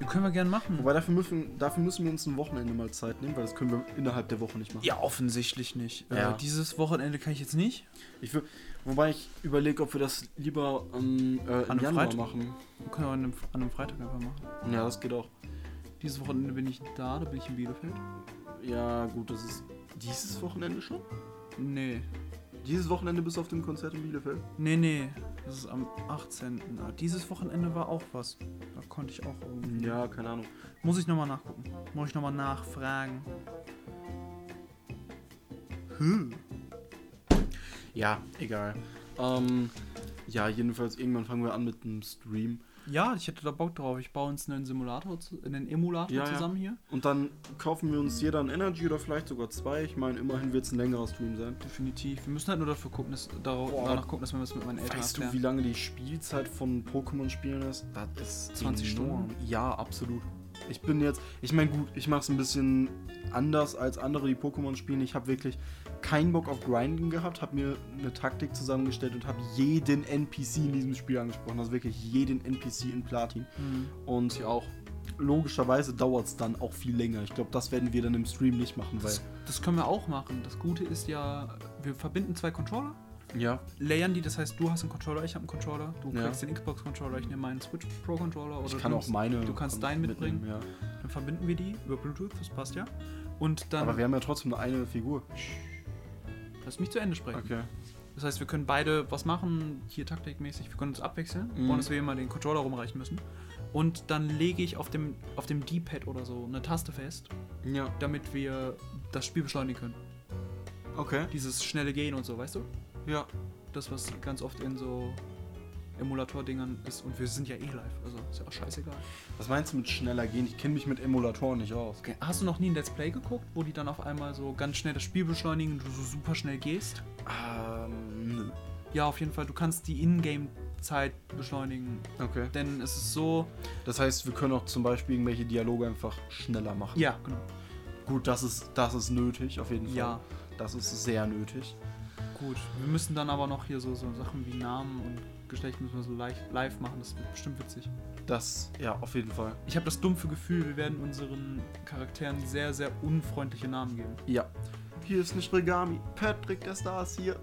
[SPEAKER 1] Ja, Können wir gern machen.
[SPEAKER 2] Wobei dafür müssen, dafür müssen wir uns ein Wochenende mal Zeit nehmen, weil das können wir innerhalb der Woche nicht machen.
[SPEAKER 1] ja, offensichtlich nicht.
[SPEAKER 2] Ja.
[SPEAKER 1] Äh, dieses Wochenende kann ich jetzt nicht.
[SPEAKER 2] Ich wür- wobei ich überlege, ob wir das lieber ähm, äh, im
[SPEAKER 1] An einem
[SPEAKER 2] Januar
[SPEAKER 1] Freitag?
[SPEAKER 2] machen.
[SPEAKER 1] Wir können auch an einem, an einem Freitag einfach machen.
[SPEAKER 2] Ja, das geht auch.
[SPEAKER 1] Dieses Wochenende bin ich da, da bin ich in Bielefeld.
[SPEAKER 2] Ja gut, das ist dieses Wochenende schon?
[SPEAKER 1] Nee.
[SPEAKER 2] Dieses Wochenende bist du auf dem Konzert in Bielefeld?
[SPEAKER 1] Nee, nee. Das ist am 18. Ah, Dieses Wochenende war auch was. Da konnte ich auch irgendwie.
[SPEAKER 2] Ja, keine Ahnung.
[SPEAKER 1] Muss ich nochmal nachgucken. Muss ich nochmal nachfragen. Hm.
[SPEAKER 2] Ja, egal. Ähm, ja, jedenfalls irgendwann fangen wir an mit dem Stream.
[SPEAKER 1] Ja, ich hätte da Bock drauf. Ich baue uns einen Simulator, zu- einen Emulator
[SPEAKER 2] Ja, ja.
[SPEAKER 1] zusammen hier.
[SPEAKER 2] Und dann kaufen wir uns jeder ein Energy oder vielleicht sogar zwei. Ich meine, immerhin wird es ein längerer Stream sein.
[SPEAKER 1] Definitiv. Wir müssen halt nur dafür gucken, dass, darauf,
[SPEAKER 2] Boah.
[SPEAKER 1] danach gucken, dass wir das mit meinen Eltern
[SPEAKER 2] Weißt du, wie
[SPEAKER 1] abklären.
[SPEAKER 2] lange die Spielzeit von Pokémon-Spielen ist? Das ist
[SPEAKER 1] 20
[SPEAKER 2] enorm. Ja, absolut. Ich bin jetzt, ich meine, gut, ich mache es ein bisschen anders als andere, die Pokémon spielen. Ich habe wirklich keinen Bock auf Grinden gehabt, habe mir eine Taktik zusammengestellt und habe jeden NPC in diesem Spiel angesprochen. Also wirklich jeden NPC in Platin.
[SPEAKER 1] Hm.
[SPEAKER 2] Und
[SPEAKER 1] Ich auch.
[SPEAKER 2] logischerweise dauert es dann auch viel länger. Ich glaube, das werden wir dann im Stream nicht machen, weil.
[SPEAKER 1] Das, das können wir auch machen. Das Gute ist ja, wir verbinden zwei Controller,
[SPEAKER 2] Ja.
[SPEAKER 1] layern die, das heißt, du hast einen Controller, ich habe einen Controller, du
[SPEAKER 2] Ja.
[SPEAKER 1] kriegst den Xbox-Controller, ich nehme meinen Switch Pro-Controller oder
[SPEAKER 2] Ich
[SPEAKER 1] du
[SPEAKER 2] kann auch
[SPEAKER 1] nimmst-
[SPEAKER 2] meine.
[SPEAKER 1] Du kannst deinen mitbringen.
[SPEAKER 2] mitnehmen, Ja.
[SPEAKER 1] Dann verbinden wir die über Bluetooth, das passt ja. Und dann
[SPEAKER 2] Aber wir haben ja trotzdem nur eine Figur.
[SPEAKER 1] lass mich zu Ende sprechen. Das heißt, wir können beide was machen, hier taktikmäßig, wir können uns abwechseln,
[SPEAKER 2] Mhm.
[SPEAKER 1] ohne dass wir immer den Controller rumreichen müssen. Und dann lege ich auf dem, auf dem D-Pad oder so eine Taste fest,
[SPEAKER 2] Ja.
[SPEAKER 1] damit wir das Spiel beschleunigen können.
[SPEAKER 2] Okay.
[SPEAKER 1] Dieses schnelle Gehen und so, weißt du?
[SPEAKER 2] Ja.
[SPEAKER 1] Das, was ganz oft in so Emulator-Dingern ist. Und wir sind ja eh live, also ist ja auch scheißegal.
[SPEAKER 2] Was meinst du mit schneller gehen? Ich kenne mich mit Emulatoren nicht aus.
[SPEAKER 1] Okay. Hast du noch nie ein Let's Play geguckt, wo die dann auf einmal so ganz schnell das Spiel beschleunigen und du so super schnell gehst?
[SPEAKER 2] Ähm, nö.
[SPEAKER 1] Ja, auf jeden Fall, du kannst die Ingame-Zeit beschleunigen.
[SPEAKER 2] Okay.
[SPEAKER 1] Denn es ist so.
[SPEAKER 2] Das heißt, wir können auch zum Beispiel irgendwelche Dialoge einfach schneller machen.
[SPEAKER 1] Ja, genau.
[SPEAKER 2] Gut, das ist, das ist nötig, auf jeden Fall.
[SPEAKER 1] Ja.
[SPEAKER 2] Das ist sehr nötig.
[SPEAKER 1] Gut, wir müssen dann aber noch hier so, so Sachen wie Namen und Geschlecht müssen wir so live, live machen. Das wird bestimmt witzig.
[SPEAKER 2] Das, ja, auf jeden Fall.
[SPEAKER 1] Ich habe das dumpfe Gefühl, wir werden unseren Charakteren sehr, sehr unfreundliche Namen geben.
[SPEAKER 2] Ja. Hier ist nicht Regami. Patrick, der Star ist <laughs> hier.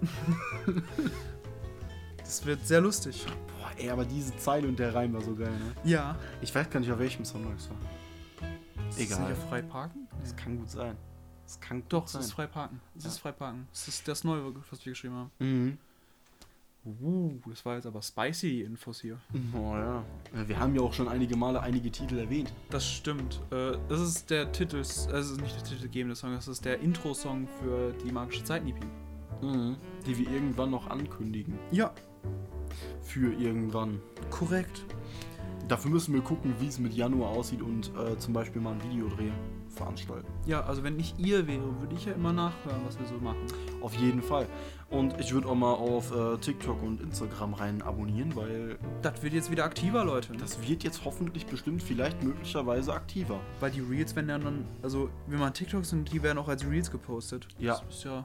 [SPEAKER 1] Das wird sehr lustig.
[SPEAKER 2] Boah, ey, aber diese Zeile und der Reim war so geil, ne?
[SPEAKER 1] Ja.
[SPEAKER 2] Ich weiß gar nicht, auf welchem Song das war.
[SPEAKER 1] Ist
[SPEAKER 2] Egal.
[SPEAKER 1] Das nicht frei parken?
[SPEAKER 2] Das
[SPEAKER 1] Nee.
[SPEAKER 2] kann gut sein. Das kann gut
[SPEAKER 1] Doch, es
[SPEAKER 2] sein.
[SPEAKER 1] ist frei parken. Es
[SPEAKER 2] Ja.
[SPEAKER 1] ist frei parken. Es ist das Neue, was wir geschrieben haben.
[SPEAKER 2] Mhm.
[SPEAKER 1] Uh, das war jetzt aber spicy Infos hier.
[SPEAKER 2] Oh ja. Wir haben ja auch schon einige Male einige Titel erwähnt.
[SPEAKER 1] Das stimmt. Äh, das ist der Titel, also nicht der titelgebende Song, das ist der Intro-Song für die magische Zeiten-EP.
[SPEAKER 2] Mhm. Die wir irgendwann noch ankündigen.
[SPEAKER 1] Ja,
[SPEAKER 2] Für irgendwann.
[SPEAKER 1] korrekt.
[SPEAKER 2] Dafür müssen wir gucken, wie es mit Januar aussieht und äh, zum Beispiel mal ein Videodreh veranstalten.
[SPEAKER 1] Ja, also wenn ich ihr wäre, würde ich ja immer nachhören, was wir so machen.
[SPEAKER 2] Auf jeden Fall. Und ich würde auch mal auf äh, TikTok und Instagram rein abonnieren, weil
[SPEAKER 1] Das wird jetzt wieder aktiver, Leute.
[SPEAKER 2] das wird jetzt hoffentlich bestimmt vielleicht möglicherweise aktiver.
[SPEAKER 1] Weil die Reels werden ja dann, also wenn man TikToks und die werden auch als Reels gepostet.
[SPEAKER 2] Ja.
[SPEAKER 1] Das ist ja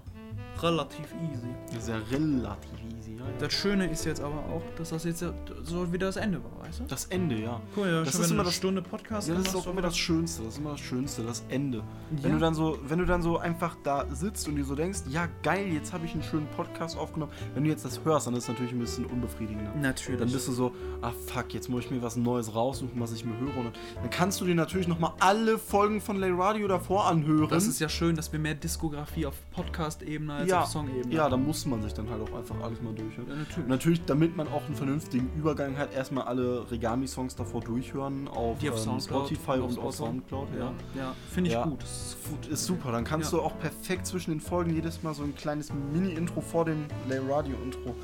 [SPEAKER 1] relativ easy.
[SPEAKER 2] Das ist ja relativ easy. Ja, ja.
[SPEAKER 1] Das Schöne ist jetzt aber auch, dass das jetzt ja so wieder das Ende war, weißt du?
[SPEAKER 2] Das Ende, ja.
[SPEAKER 1] Cool, ja,
[SPEAKER 2] Das
[SPEAKER 1] schon
[SPEAKER 2] ist immer
[SPEAKER 1] wenn du eine
[SPEAKER 2] das-
[SPEAKER 1] Stunde Podcast
[SPEAKER 2] Ja, das ist
[SPEAKER 1] machst,
[SPEAKER 2] auch immer das Schönste, das ist immer das Schönste, das Ende. Wenn
[SPEAKER 1] Ja.
[SPEAKER 2] du dann so, wenn du dann so einfach da sitzt und dir so denkst, ja geil, jetzt habe ich einen schönen Podcast aufgenommen. Wenn du jetzt das hörst, dann ist es natürlich ein bisschen unbefriedigender.
[SPEAKER 1] Natürlich.
[SPEAKER 2] Dann bist du so, ah fuck, jetzt muss ich mir was Neues raussuchen, was ich mir höre. Und dann kannst du dir natürlich nochmal alle Folgen von Lay Radio davor anhören.
[SPEAKER 1] das ist ja schön, dass wir mehr Diskografie auf Podcast-Ebene als
[SPEAKER 2] ja,
[SPEAKER 1] auf Song-Ebene
[SPEAKER 2] ja,
[SPEAKER 1] haben.
[SPEAKER 2] da muss man sich dann Ne, halt auch einfach alles mal durchhören.
[SPEAKER 1] Ja,
[SPEAKER 2] Und
[SPEAKER 1] natürlich.
[SPEAKER 2] Natürlich, damit man auch einen vernünftigen Übergang hat, erstmal alle Regami-Songs davor durchhören auf,
[SPEAKER 1] Die auf
[SPEAKER 2] ähm,
[SPEAKER 1] Soundcloud
[SPEAKER 2] Spotify
[SPEAKER 1] und
[SPEAKER 2] und
[SPEAKER 1] auf
[SPEAKER 2] auf
[SPEAKER 1] Spotify.
[SPEAKER 2] Soundcloud.
[SPEAKER 1] Ja, ja finde ich
[SPEAKER 2] Ja.
[SPEAKER 1] gut. Das ist gut.
[SPEAKER 2] Ist super, dann kannst
[SPEAKER 1] Ja.
[SPEAKER 2] du auch perfekt zwischen den Folgen jedes Mal so ein kleines Mini-Intro vor dem Lay Radio-Intro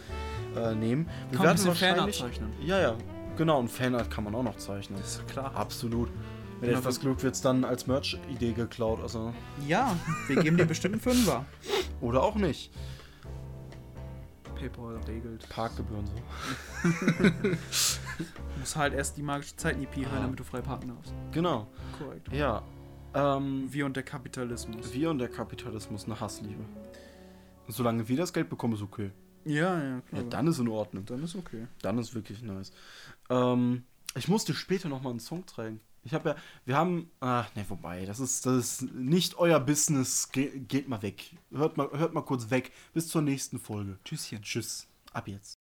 [SPEAKER 2] äh, nehmen.
[SPEAKER 1] Kann man ein bisschen Fanart zeichnen.
[SPEAKER 2] Ja, ja, genau, ein Fanart kann man auch noch zeichnen.
[SPEAKER 1] Ist klar.
[SPEAKER 2] Absolut. Mit
[SPEAKER 1] Ja,
[SPEAKER 2] etwas
[SPEAKER 1] wir-
[SPEAKER 2] Glück wird es dann als Merch-Idee geklaut, also.
[SPEAKER 1] Ja, wir
[SPEAKER 2] <laughs>
[SPEAKER 1] geben dir bestimmt einen Fünfer.
[SPEAKER 2] Oder auch nicht.
[SPEAKER 1] PayPal regelt.
[SPEAKER 2] Parkgebühren so.
[SPEAKER 1] Du musst halt erst die magische Zeit-EP hören, damit du frei parken darfst.
[SPEAKER 2] Genau.
[SPEAKER 1] Korrekt.
[SPEAKER 2] Ja. Ähm,
[SPEAKER 1] Wir und der Kapitalismus.
[SPEAKER 2] wir und der Kapitalismus eine Hassliebe. Solange wir das Geld bekommen, ist okay.
[SPEAKER 1] Ja, ja,
[SPEAKER 2] Ja,
[SPEAKER 1] klar.
[SPEAKER 2] dann ist in Ordnung.
[SPEAKER 1] dann ist okay.
[SPEAKER 2] Dann ist wirklich nice. Ähm, ich musste später nochmal einen Song tragen. Ich habe ja, wir haben, ach ne, wobei, das ist, das ist nicht euer Business. Ge geht mal weg. Hört mal, hört mal kurz weg. Bis zur nächsten Folge.
[SPEAKER 1] Tschüsschen.
[SPEAKER 2] Tschüss. Ab jetzt.